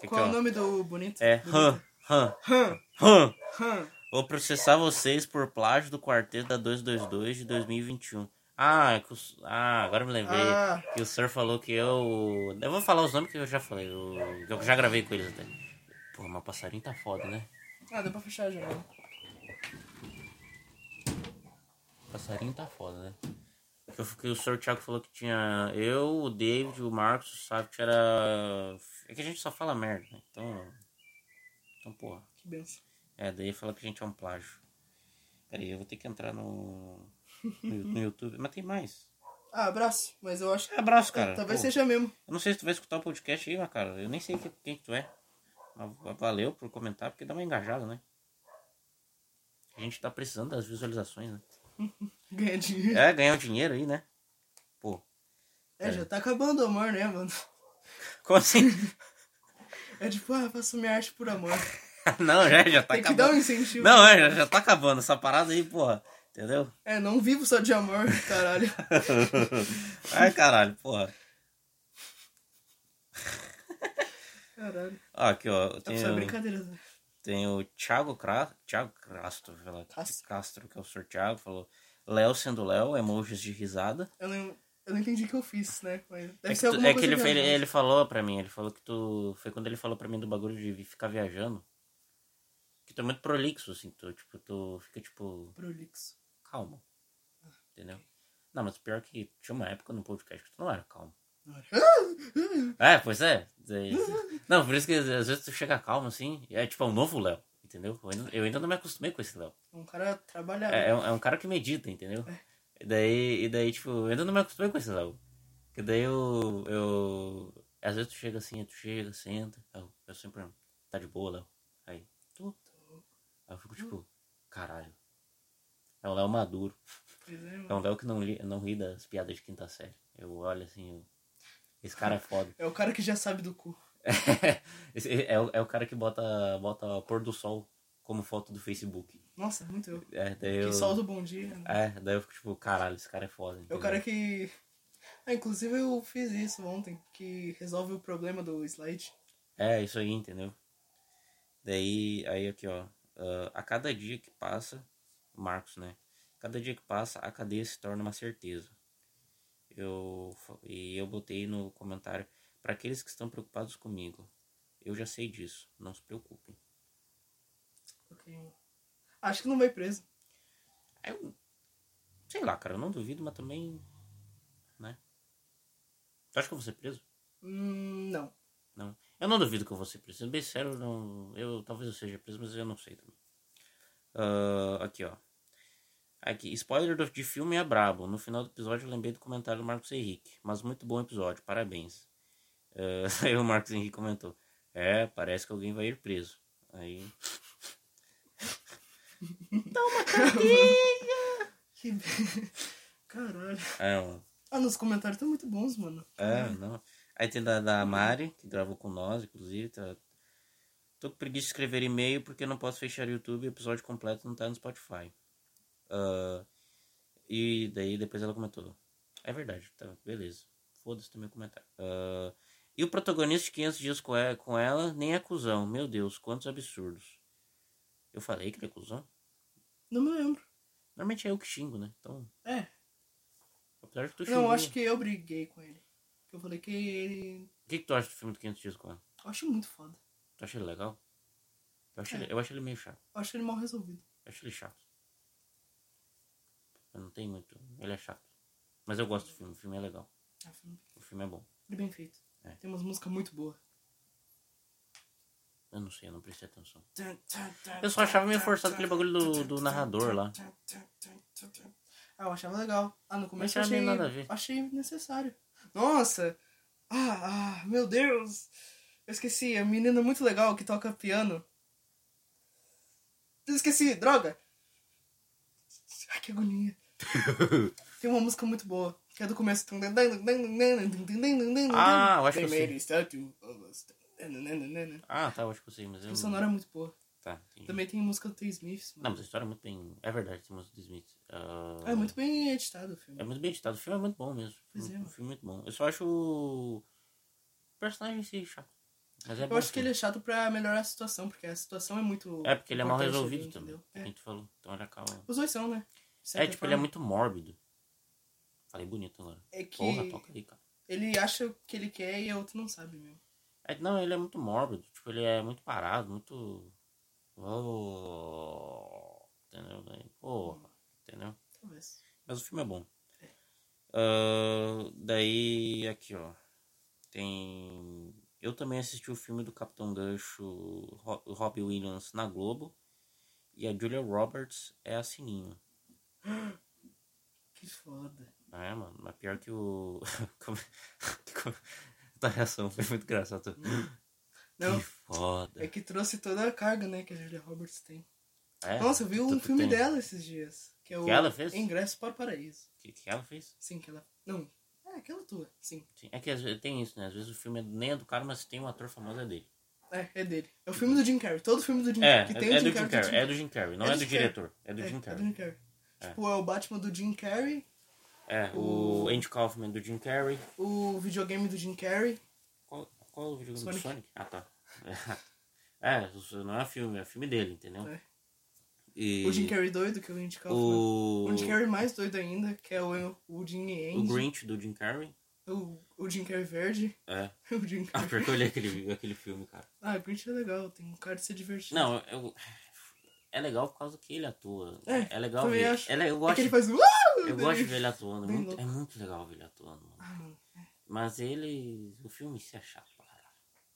Que
Qual é
que,
o
ó,
nome do bonito?
É
Do
Han,
bonito?
Han,
Han.
Han.
Han.
Vou processar vocês por plágio do quarteto da 222 de 2021. Ah, é que o S- ah agora eu me lembrei.
Ah.
Que o senhor falou que eu. Eu vou falar os nomes que eu já falei. Eu, eu já gravei com eles até. Porra, mas passarinho tá foda, né?
Ah, deu pra fechar a janela.
Passarinho tá foda, né? Que, eu, que o senhor Thiago falou que tinha eu, o David, o Marcos, o Saft era. É que a gente só fala merda, né? Então. Então, porra.
Que benção.
É, daí falou que a gente é um plágio. Peraí, eu vou ter que entrar no. No, no YouTube. Mas tem mais. Um
Ah, abraço. Mas eu acho que.
Abraço, cara.
É, Talvez
Pô,
seja mesmo.
Eu não sei se tu vai escutar o podcast aí, mas, cara. Eu nem sei que- quem que tu é. Mas valeu por comentar, porque dá uma engajada, né? A gente tá precisando das visualizações, né?
Ganha dinheiro.
É, ganhar um dinheiro aí, né? Pô.
É, já tá acabando o amor, né, mano?
Como assim?
É tipo, ah, eu faço minha arte por amor.
Não, já, já tá
Tem que
acabando.
dar um incentivo.
Não, é, já, já tá acabando essa parada aí, porra. Entendeu?
É, não vivo só de amor, caralho.
Ai, caralho, porra.
Caralho.
Ó, aqui, ó.
Tá só
Tem, o-
brincadeira. né?
tem o Thiago, Cra... Thiago Castro, sei lá,
Castro.
Castro, que é o senhor Thiago, falou. Léo sendo Léo, emojis de risada.
Eu não, eu não entendi o que eu fiz, né? Mas deve
É que,
ser
tu-
alguma
é que
coisa.
ele,
de
ele,
amor.
ele falou pra mim, ele falou que tu. Foi quando ele falou pra mim do bagulho de ficar viajando. Que tu é muito prolixo, assim, tu, tipo, tu fica tipo.
Prolixo.
calmo. Entendeu? Não, mas pior que tinha uma época no podcast que tu não era calmo.
Não
É, pois é. Daí- Não, por isso que às vezes tu chega calmo assim, e é tipo é um novo Léo, entendeu? Eu ainda, eu ainda não me acostumei com esse Léo.
É um cara trabalhador.
É, é um, é um cara que medita, entendeu? E daí, e daí, tipo, eu ainda não me acostumei com esse Léo. E daí eu, eu. Às vezes tu chega assim, tu chega, senta. Eu, eu sempre. Tá de boa, Léo? Aí. Tô. Aí eu fico tipo, caralho. É um Léo maduro.
Pois é, mano.
É um Léo que não, li, não ri das piadas de quinta série. Eu olho assim, eu- esse cara é foda.
É o cara que já sabe do cu.
Esse- é, o- é o cara que bota, bota pôr do sol como foto do Facebook.
Nossa, muito eu.
É, daí eu,
Que solta o bom dia. né?
é, daí eu fico tipo, caralho, esse cara é foda.
É o
entendeu?
cara que. Ah, inclusive eu fiz isso ontem, que resolve o problema do slide.
É, isso aí, entendeu? Daí, aí aqui, ó. ah, a cada dia que passa, o Marcos, né? Cada dia que passa, a cadeia se torna uma certeza. Eu, fa- e eu botei no comentário, para aqueles que estão preocupados comigo, eu já sei disso, não se preocupem.
Ok. Acho que não vai preso.
Aí Eu, sei lá, cara, eu não duvido, mas também, né? Tu acha que eu vou ser preso?
Hum, não.
Não. Eu não duvido que eu vou ser preso. Sendo Bem sério, eu não, eu talvez eu seja preso, mas eu não sei também. Ah, aqui, ó. Aqui, spoiler do- de filme é brabo. No final do episódio eu lembrei do comentário do Marcos Henrique. Mas muito bom episódio, parabéns. Ah, aí o Marcos Henrique comentou. É, parece que alguém vai ir preso. Aí. tá
Que. be- Caralho.
É, mano.
Ah, nos comentários estão muito bons, mano.
É, não. Aí tem da, da Mari, que gravou com nós, inclusive. Tá... Tô com preguiça de escrever e-mail porque não posso fechar o YouTube e o episódio completo não tá no Spotify. Ah, e daí depois ela comentou. É verdade, tá, beleza. Foda-se também o comentário. Ah, e o protagonista de 500 dias com e- com ela nem é cuzão. Meu Deus, quantos absurdos. Eu falei que ele é cuzão?
Não me lembro.
Normalmente é eu que xingo, né? Então,
É.
apesar de que tu xingou...
Não, acho que eu briguei com ele. Eu falei que ele.
O que, que tu acha do filme do 500 dias com ela?
Eu acho muito foda.
Tu acha ele legal? Eu acho,
É.
ele, eu acho ele meio chato.
Eu acho ele mal resolvido.
Eu acho ele chato. Eu não tenho muito. Ele é chato. Mas eu gosto do filme. O filme é legal.
É um filme
O filme é bom.
bem feito.
É.
Tem umas músicas muito boas.
Eu não sei, eu não prestei atenção. Eu só achava meio forçado aquele bagulho do- do narrador lá.
Ah, eu achava legal. Ah, no começo eu
Mas era
achei,
meio nada a ver.
achei necessário. Nossa! Ah, ah, meu Deus! Eu esqueci, a menina muito legal que toca piano. Eu esqueci, droga! Ai, que agonia. Tem uma música muito boa, que é do começo.
Ah, eu acho que eu
They made
sei.
a statue of us. Nananana.
Ah, tá, eu acho que eu sei, mas eu.
A sonora é muito boa.
Tá, entendi.
Também tem música do T. Smith.
Não, mas a história é muito bem. É verdade, tem música do Smith. Ah,
É muito bem editado o filme.
é muito bem editado. O filme é muito bom mesmo.
Pois
o
é, mano.
filme é muito bom. Eu só acho o personagem em si chato. Mas é
Eu
bom
acho que ele
filme.
é chato pra melhorar a situação, porque a situação é muito.
É, porque ele é mal
importante ali,
resolvido também.
entendeu?
É.
É.
Quem tu falou. Então ele acaba.
Os dois são, né? De
É,
certa
tipo, ele é
forma.
muito mórbido. Falei bonito agora.
É que
Porra, toca aí, cara.
ele acha o que ele quer e a outra não sabe mesmo.
É, não, ele é muito mórbido. Tipo, ele é muito parado, muito. Oh, entendeu? Daí, Porra, entendeu?
Talvez.
Mas o filme é bom. Ah, daí, aqui, ó. Tem. Eu também assisti o filme do Capitão Gancho, Ro- Robbie Williams, na Globo. E a Julia Roberts é a Sininho.
Que foda.
É, mano, mas pior que o. Como- como- Tua reação foi muito engraçada.
Não,
Que foda.
é que trouxe toda a carga, né, que a Julia Roberts tem.
É,
Nossa, eu vi
tu-
um
tu
filme
tem-
dela esses dias. Que é o
Que ela fez?
Ingresso para o Paraíso.
Que, que ela fez?
Sim, que ela. Não. É, aquela tua, sim.
Sim, É que às vezes- tem isso, né? Às vezes o filme nem é do cara, mas tem um ator famoso é dele.
É, é dele. É o filme do Jim Carrey. Todo filme do Jim
É,
Hum, que
é,
tem o
é
Jim
do Jim
Carrey. tem o
Carrey. É do Jim Carrey, não
É
é
do
do
Jim Carrey.
diretor. É do Jim
É, é do Jim
Carrey.
Carrey. Tipo, é o Batman do Jim Carrey,
É, o Andy Kaufman do Jim Carrey.
o videogame do Jim Carrey.
Qual, qual o videogame
Sonic.
do Sonic? Ah, tá. É, isso não é filme, é filme dele, entendeu?
É.
E
O Jim Carrey doido, que é o Andy Kaufman.
o,
O... Jim Carrey mais doido ainda, que é o, o Jim
o
Andy.
Grinch do Jim Carrey.
O, o Jim Carrey verde.
É.
O Jim
Ah,
Carrey.
pior que eu olhei aquele, aquele filme, cara.
Ah, o Grinch é legal, tem um cara de ser divertido.
Não, eu. É legal por causa que ele atua.
É,
É, legal
também
ver.
acho.
É, le- eu
É que
gosto,
ele faz. Uh!
eu gosto de ver ele atuando. é
Bem
muito-
louco.
é muito legal ver ele atuando, mano.
Ah, mano.
Mas ele. O filme se é chato pra caralho.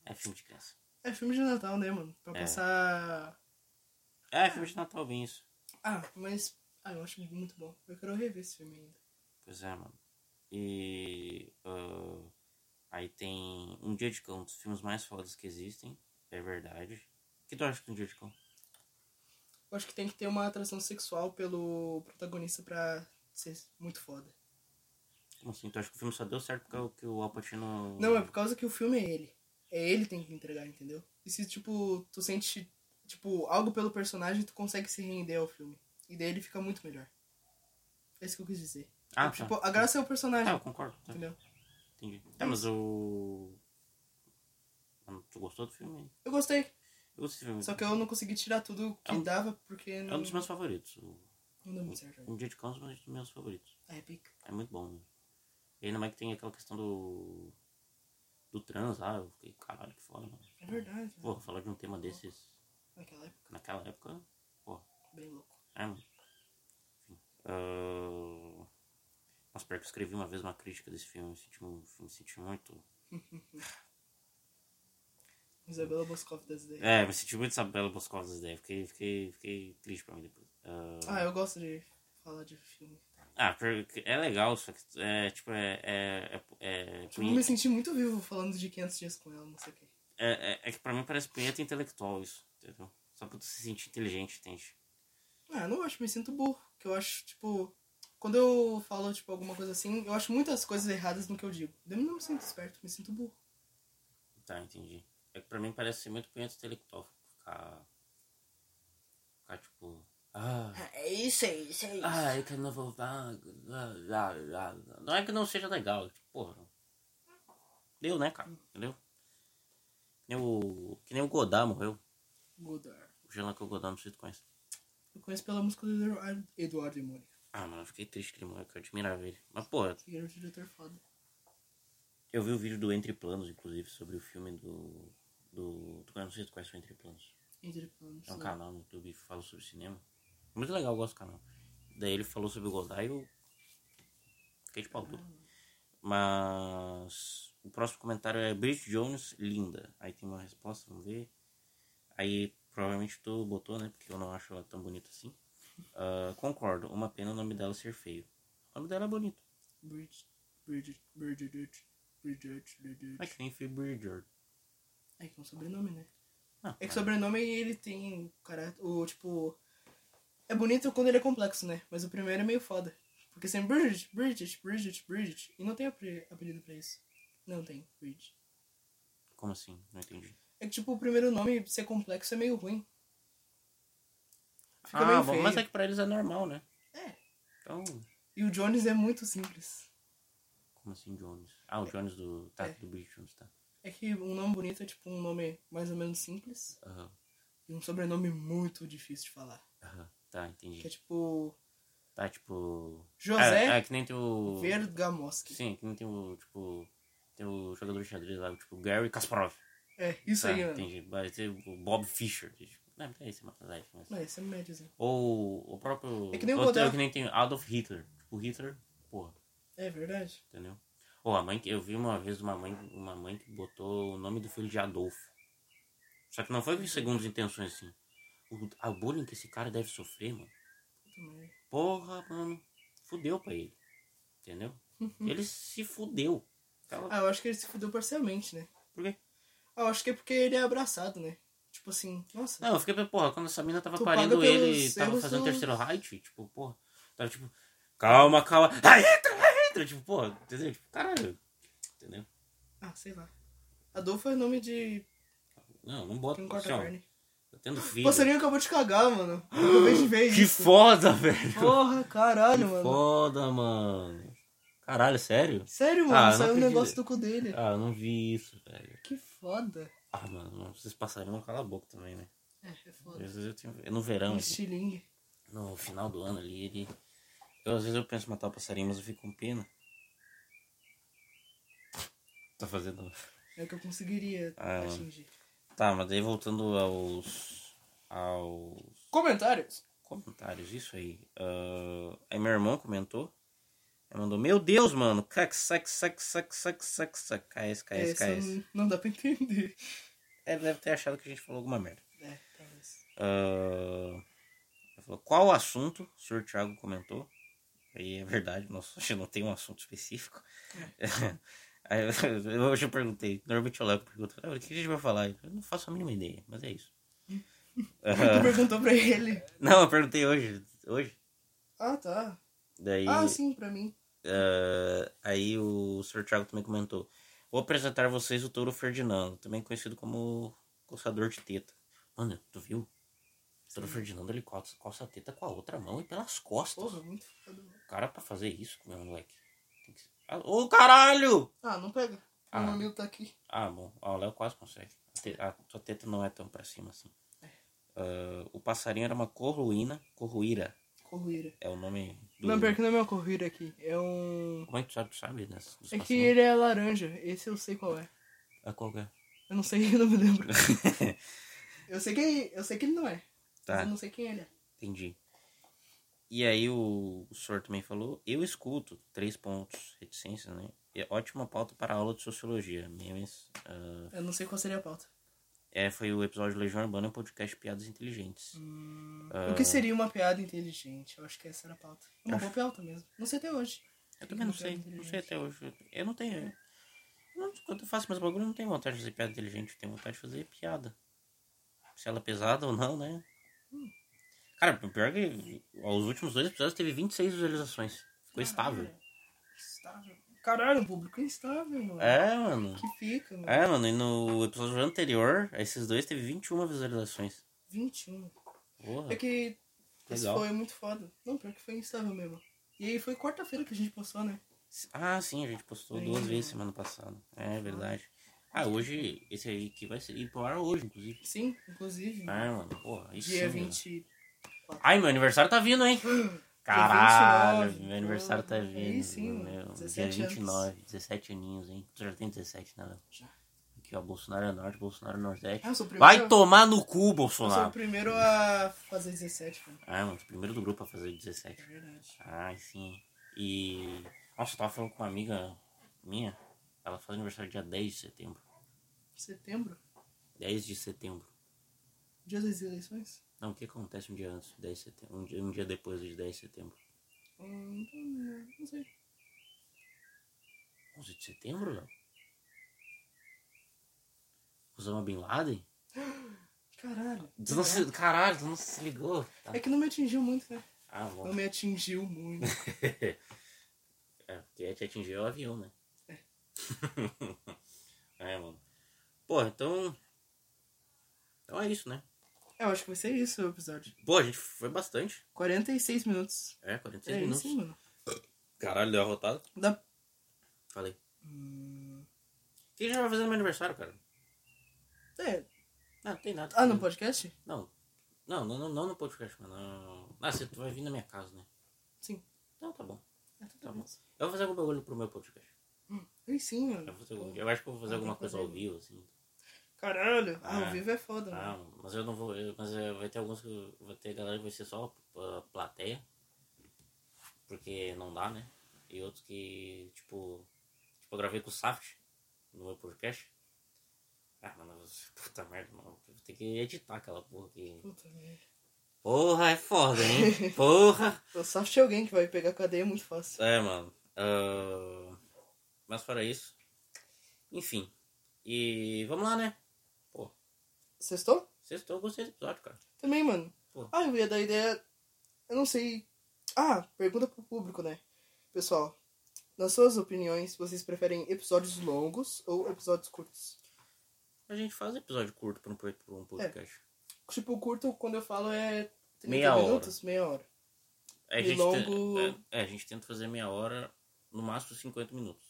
É filme de criança.
É filme de Natal, né, mano? Pra
É.
passar.
É, filme de Natal bem isso.
Ah, mas. Ah, eu acho muito bom. Eu quero rever esse filme ainda.
Pois é, mano. E. ah, aí tem. Um Dia de Cão, um dos filmes mais fodas que existem. É verdade. O que tu acha de um Dia de Cão?
Eu acho que tem que ter uma atração sexual pelo protagonista pra ser muito foda.
Como assim? Tu acha que o filme só deu certo porque o- que o Alpatino.
Não, é por causa que o filme é ele. É ele que tem que entregar, entendeu? E se, tipo, tu sente, tipo, algo pelo personagem, tu consegue se render ao filme. E daí ele fica muito melhor. É isso que eu quis dizer.
Ah,
É,
tá.
tipo, a graça é o
Ah,
personagem,
eu concordo. Tá,
entendeu?
entendi. Tá, mas o. Mano, Tu gostou do filme?
Eu gostei.
Eu gostei do filme.
Só que eu não consegui tirar tudo que
É um-
dava, porque
É
não,
um dos meus favoritos. O-
não deu muito certo.
Um Dia de Cão é um dos meus favoritos.
É pica.
É muito bom. Né? E ainda mais que tem aquela questão do. do trans lá. Eu fiquei, caralho, que foda, mano.
É verdade. né?
Pô, falar de um tema desses
Naquela época,
naquela época.
bem louco.
É, mano. Enfim. Ah, Nossa, pior que eu escrevi uma vez uma crítica desse filme. Eu senti, mu- me senti muito.
Isabela Boscov das ideias.
É, me senti muito Isabela Boscov das ideias. Fiquei, fiquei, fiquei triste pra mim depois. Ah,
Ah, eu gosto de falar de filme.
ah, pior que é legal, só que é tipo, é. É, é, é,
Tipo, eu me senti muito vivo falando de 500 dias com ela, não sei o quê.
é, é- é que pra mim parece punheta intelectual isso, entendeu? Só pra tu se sentir inteligente, entende?
Ah, não acho, me sinto burro. Que eu acho, tipo. Quando eu falo, tipo, alguma coisa assim, eu acho muitas coisas erradas no que eu digo. Eu não me sinto esperto, me sinto burro.
Tá, entendi. É que pra mim parece ser muito punheta intelectual. Ficar. Ficar tipo. Ah,
É isso, é isso, é isso.
ah, eu quero novo. Ah, ah, ah, ah. Não é que não seja legal, tipo, porra. Deu, né, cara? Entendeu? Que nem o, que nem o Godard morreu.
Godard.
O Jean que é o Godard, não sei se tu conhece.
Eu conheço pela música do Eduardo- Eduardo e Mônica.
Ah, mano, eu fiquei triste que ele morreu, que eu admirava ele. Mas, porra,
Que era um diretor foda.
eu vi o vídeo do Entre Planos, inclusive, sobre o filme do. do tu conhece- não sei se tu conhece o Entre Planos.
Entre planos.
É um
né?
canal no YouTube que fala sobre cinema. Muito legal, eu gosto do canal. Daí ele falou sobre o Godard e eu fiquei de pau duro.
Ah,
Mas o próximo comentário é Bridget Jones, linda. Aí tem uma resposta, vamos ver. Aí provavelmente tu botou, né? Porque eu não acho ela tão bonita assim. Ah, concordo, uma pena o nome dela ser feio. O nome dela é bonito.
Bridget. Bridget. Bridget. Bridget. Bridget.
Mas que nem foi Bridget.
É que é um sobrenome, né?
Não,
É que sobrenome ele tem. Cara, o tipo. É bonito quando ele é complexo, né? Mas o primeiro é meio foda. Porque sempre Bridget, Bridget, Bridget, Bridget. E não tem apre- apelido pra isso. Não tem, Bridget.
Como assim? Não entendi.
É que tipo, o primeiro nome ser complexo é meio ruim. Fica
ah,
meio
bom,
feio.
mas é que pra eles é normal, né?
É.
Então,
E o Jones é muito simples.
como assim Jones? Ah, o Jones do. Tá, do Bridget Jones, tá.
É que um nome bonito é tipo um nome mais ou menos simples.
Aham,
E um sobrenome muito difícil de falar.
aham. Tá,
Que é
entendi.
tipo.
Tá, tipo.
José
É, é que nem teu.
Vergamoski.
Sim, que nem tem o, tipo, tem o jogador de xadrez lá, tipo, Gary Kasparov.
É, isso
Ah,
aí, mano.
entendi. Vai ser o Bob Fischer. Tipo. Não, é isso, mas é isso, mas-
Não, esse é médiozinho.
Ou o próprio...
É que nem o
outro-
Godard.
que nem tem Adolf Hitler. Tipo, Hitler, porra,
É verdade.
entendeu? Ou a mãe que... Eu vi uma vez uma mãe, uma mãe que botou o nome do filho de Adolfo. Só que não foi segundo as intenções, assim. O, a bullying que esse cara deve sofrer, mano.
Puta merda.
Porra, mano. Fudeu pra ele. Entendeu? ele se fudeu. Tava-
Uhum. Ah, eu acho que ele se fudeu parcialmente, né?
Por quê?
Ah, eu acho que é porque ele é abraçado, né? Tipo assim, nossa.
Não, eu fiquei, porra, quando essa mina tava
Tu
parindo
paga pelos
ele, tava
erros
fazendo
do-
terceiro height, tipo, porra, tava tipo, calma, calma, aí entra, aí entra, tipo, porra, entendeu? Tipo, caralho, entendeu?
Ah, sei lá. Adolfo é nome de.
Não, não bota,
Quem
assim,
corta a
ó,
carne.
tá tendo
O
filho.
passarinho acabou de cagar, mano. Eu acabei de ver
Que
isso.
foda, velho.
Porra, caralho, mano.
Foda, mano. Caralho, sério?
Sério, mano,
Ah, não
saiu um
acredito.
negócio do cu dele.
Ah, eu não vi isso, velho.
Que foda.
Ah, mano, vocês passariam cala a boca também, né?
É, é
Às
foda.
vezes eu tenho... É no verão,
Um
assim.
estilingue.
no final do ano ali, ele. Eu, às vezes eu penso em matar o passarinho, mas eu fico com pena. Tá fazendo.
É o que eu conseguiria
Ah, mano.
atingir.
Tá, mas daí voltando aos. aos
Comentários.
comentários, isso aí. Ah, aí meu irmão comentou. Aí mandou, meu Deus, mano, cac, sac, sac, sac, sac, sac, sac, KS, KS,
Essa
KS.
não- não dá pra entender.
É, deve ter achado que a gente falou alguma merda.
É, talvez.
Ah, ele falou, qual o assunto? O senhor Thiago comentou. Aí é verdade, nossa, a gente não tem um assunto específico. Aí eu- eu- hoje eu perguntei, normalmente eu levo pergunta, "Ah, o que a gente vai falar? Eu não faço a mínima ideia, mas é isso.
Tu
Ah,
perguntou pra ele.
não, eu perguntei hoje. Hoje.
Ah, tá.
Daí,
Ah, sim, pra mim.
ah, aí o Sr. Thiago também comentou. Vou apresentar a vocês o touro Ferdinando, também conhecido como coçador de teta. Mano, tu viu? O touro Ferdinando ele coça, coça a teta com a outra mão e pelas costas.
Porra, muito foda. mano.
O cara pra fazer isso, meu moleque. Tem que... ser- Ah, Ô caralho!
Ah, não pega.
Ah.
Meu amigo tá aqui.
Ah, bom. Ah, o Léo quase consegue. A, te... a tua teta não é tão pra cima assim.
É.
Ah, o passarinho era uma corruína. Corruíra
Corruíra.
é o nome do.
Não, pior que não é uma corruíra aqui. É um.
Como é que tu sabe, tu sabe né? dos
É que
passarinhos?
ele é laranja. Esse eu sei qual é.
É qual que é?
Eu não sei, eu não me lembro. Eu sei que, eu sei que ele não é. Mas
Tá,
eu não sei quem ele é.
entendi. E aí o, o senhor também falou, eu escuto, três pontos, reticência, né? É ótima pauta para aula de sociologia, memes. ah,
Eu não sei qual seria a pauta.
é, foi o episódio Legião Urbana, um podcast Piadas Inteligentes. Ah.
O que seria uma piada inteligente? Eu acho que essa era a pauta. É
É.
Uma boa piada mesmo. Não sei até hoje.
Eu também não sei, não sei até hoje. Eu não tenho. eu não- quando eu faço meus bagulho, eu não tenho vontade de fazer piada inteligente, eu tenho vontade de fazer piada. Se ela é pesada ou não, né? Cara, pior que os últimos dois episódios teve 26 visualizações. Ficou estável.
Instável. Caralho, um público instável, mano.
É, mano.
Que fica, mano.
É, mano, e no episódio anterior, esses dois teve 21 visualizações.
21.
Porra.
É que Isso
Legal.
foi muito foda. Não, pior que foi instável mesmo. E aí foi quarta-feira que a gente postou, né?
Ah, sim, a gente postou
Sim.
duas vezes semana passada. É verdade. Ah, hoje, esse aí que vai ser. ir pro ar hoje, inclusive.
Sim, inclusive.
Ah, mano, porra, isso.
dia
sim, mano.
20.
Ai, meu aniversário tá vindo, hein? Caralho,
29,
meu aniversário tá
porra.
vindo.
Aí sim, mano.
meu,
17
dia
anos.
29, 17 aninhos, hein? Tu já tem 17, né, Léo?
Já.
Aqui, ó, Bolsonaro é norte, Bolsonaro é nordeste.
Ah, eu sou o primeiro.
Vai tomar no cu,
Eu sou o
Bolsonaro.
primeiro a fazer 17, mano.
Ah, mano, tu é o primeiro do grupo a fazer
É
17.
verdade.
Ai, sim. E. Nossa, eu tava falando com uma amiga minha. Ela faz aniversário dia 10 de setembro.
Setembro?
10 de setembro.
Dia das eleições?
Não, o que acontece um dia antes, 10 de setembro? Um dia, um dia depois de 10 de setembro.
Hum, não- não sei.
11 de setembro, Léo? Osama Bin Laden?
Caralho.
Tu não se... Caralho, tu não se ligou. Tá.
É que não me atingiu muito, né?
Ah,
Não
bom.
me atingiu muito.
É, porque te atingiu o avião, né?
É.
é, mano. Pô, então. Então é isso, né?
Eu acho que vai ser isso o episódio.
Pô, a gente foi bastante.
46 minutos.
É, 46
é
minutos.
isso, mano.
Caralho, deu arrotado.
Dá...
Falei.
Hum,
O que a gente vai fazer no meu aniversário, cara?
É.
Não, não tem nada.
Ah, no podcast?
Não. Não, não, não, não no podcast, mas não. Ah, você vai vir na minha casa, né?
Sim.
Não, tá bom.
É, tudo
Tá
bem.
bom. Eu vou fazer algum bagulho pro meu podcast.
Aí Hum. sim, mano.
Eu, vou fazer algum- eu acho que eu vou fazer
Ah,
alguma
tá
coisa ao
fazendo.
vivo, assim.
Caralho. Ah,
Ah.
ao vivo é foda,
Ah,
mano.
mas eu não vou. eu- mas eh, vai ter alguns que. eu- Vai ter galera que vai ser só ah, plateia. Porque não dá, né? E outros que, tipo. Tipo, eu gravei com o Saft no meu podcast. Ah, mano, eu- puta merda, mano. eu Vou ter que editar aquela porra que.
Puta merda.
Porra, é foda, hein? Porra!
O Saft é alguém que vai pegar cadeia muito fácil.
É, mano. ah, mas fora isso. Enfim. E vamos lá, né?
Sextou?
Sextou, eu gostei do episódio, cara.
Também, mano.
Pô.
Ah, eu ia dar ideia. Eu não sei. Ah, pergunta pro público, né? Pessoal, nas suas opiniões, vocês preferem episódios longos ou episódios curtos?
A gente faz episódio curto pra um, pro- pra um podcast.
Tipo, curto, quando eu falo, é 30
Meia hora.
minutos, meia hora.
É, a
E
gente
longo-
te- é, é, a gente tenta fazer meia hora, no máximo 50 minutos.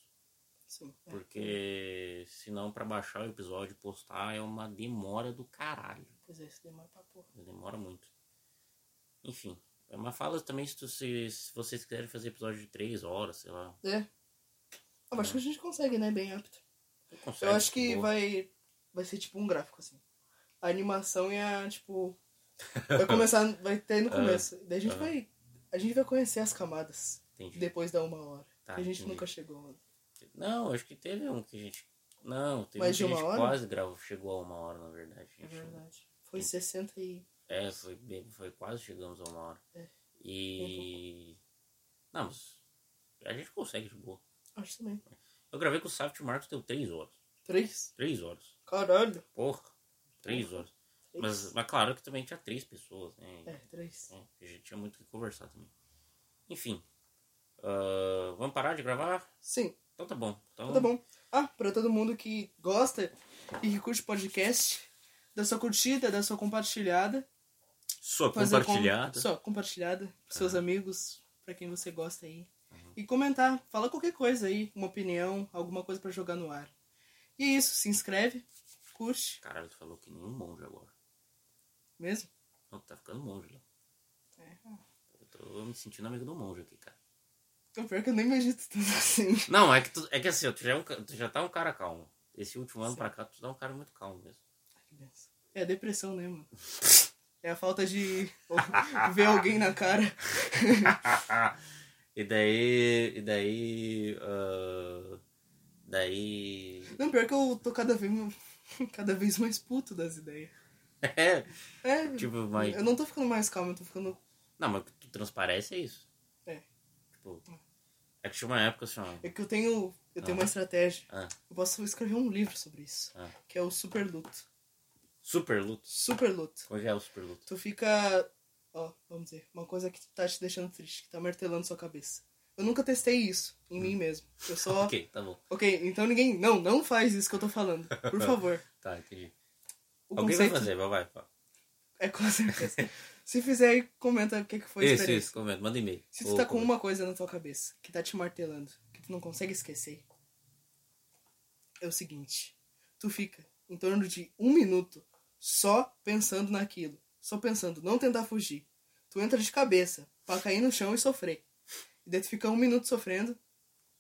Sim. é.
Porque senão pra baixar o episódio e postar é uma demora do caralho.
Pois é, isso demora pra porra.
Demora muito. Enfim. é, Mas fala também se, tu- se- se vocês quiserem fazer episódio de 3 horas, sei lá.
É. Ah, mas acho que a gente consegue, né? Bem rápido.
consegue,
Eu acho que
boa.
vai. Vai ser tipo um gráfico, assim. A animação e a, tipo. Vai começar. Vai ter no
Ah,
começo. Daí a gente
ah.
vai. A gente vai conhecer as camadas.
Entendi.
depois da uma hora.
Tá,
que a gente
entendi.
nunca chegou. né? mano.
Não, acho que teve um que a gente. Não, teve
Mais
um
de
que a
uma
gente
hora?
quase gravou, chegou a uma hora, na verdade. A gente-
É verdade. Foi
Sim.
60 e.
É, foi, bem- foi quase chegamos a uma hora.
É.
E. Não, mas. A gente consegue de boa.
Acho também.
Eu gravei com o Saft e o Marcos, deu 3 horas.
3?
3 horas.
Caralho.
Porra, 3
Porra.
horas.
Três.
Mas, mas claro que também tinha 3 pessoas, né?
É, 3.
É, A gente tinha muito o que conversar também. Enfim. ah, vamos parar de gravar?
Sim,
Então tá bom. Então,
tá bom. Ah, pra todo mundo que gosta e que curte podcast, dá sua curtida, dá sua compartilhada.
Só
Fazer
compartilhada.
Com... Só compartilhada pros seus amigos, pra quem você gosta aí. E comentar, fala qualquer coisa aí, uma opinião, alguma coisa pra jogar no ar. E é isso, se inscreve, curte
Caralho, tu falou que nem um monge agora.
mesmo.
Não, tu tá ficando monge lá.
É.
Eu tô me sentindo amigo do monge aqui, cara.
O pior é que eu nem me agito tanto assim.
Não, é que, tu, é que assim, ó, tu já, é um ca- tu já tá um cara calmo. Esse último ano
Sim.
pra cá, tu tá um cara muito calmo mesmo.
Que benção. É a depressão, né, mano? É a falta de ver alguém na cara.
e daí. E daí. ah, daí.
Não, pior é que eu tô cada vez, cada vez mais puto das ideias.
É,
É,
tipo, mas.
eu não tô ficando mais calmo, eu tô ficando...
Não, mas o que tu transparece é isso.
É.
Tipo. É que tinha uma época assim, ó.
É que eu tenho, eu tenho
Ah.
uma estratégia.
Ah.
Eu posso escrever um livro sobre isso,
Ah.
que é o super luto.
Super luto.
Super luto.
Como é que é o super luto?
Tu fica, ó, vamos dizer, uma coisa que tá te deixando triste, que tá martelando sua cabeça. Eu nunca testei isso em mim mesmo. Eu só...
Hum. Ok, tá bom.
ok, então ninguém... Não, não faz isso que eu tô falando. Por favor.
Tá, entendi.
O
Alguém
conceito
vai fazer, vai, vai. vai.
É com certeza. Se fizer aí, comenta o que, que foi a
Isso,
experiência.
isso, comenta, manda e-mail.
Se tu
Ou
tá com
comenta.
uma coisa na tua cabeça que tá te martelando, que tu não consegue esquecer, é o seguinte: tu fica em torno de um minuto só pensando naquilo, só pensando, não tentar fugir. Tu entra de cabeça pra cair no chão e sofrer. E daí tu fica um minuto sofrendo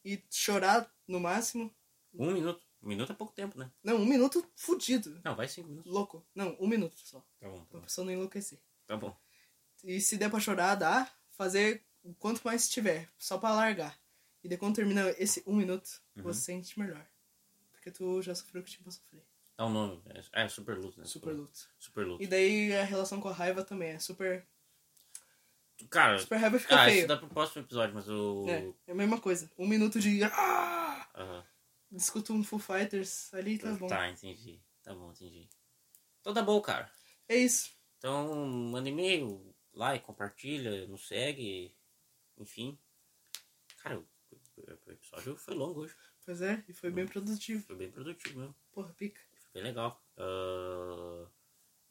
e chorar no máximo.
Um minuto. Um minuto é pouco tempo, né?
Não, um minuto fudido,
Não, vai cinco minutos.
louco. Não, um minuto só,
Tá bom, tá
pra
bom.
pessoa não enlouquecer.
Tá bom.
E se der pra chorar, dá. Fazer o quanto mais tiver, só pra largar. E daí quando termina esse um minuto,
Uhum.
você sente melhor. Porque tu já sofreu o que tinha pra sofrer.
Dá um nome. É, é super luto, né?
Super luto.
Super luto.
E daí a relação com a raiva também é super.
Cara,
Super raiva fica
ah,
feio.
isso dá pro próximo episódio, mas o.
É, é a mesma coisa. Um minuto de. Ah!
Aham.
Escuta um Full Fighters ali, tá bom.
Tá, entendi. Tá bom, entendi. Então tá bom, cara.
É isso.
Então, manda e-mail, like, compartilha, nos segue, enfim. Cara, o o episódio foi longo hoje,
Pois é, e foi bem
Uhum.
produtivo.
foi bem produtivo mesmo,
Porra, pica.
foi bem legal. Ah,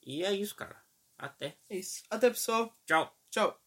E é isso, cara. Até.
É isso. Até pessoal.
Tchau.
Tchau.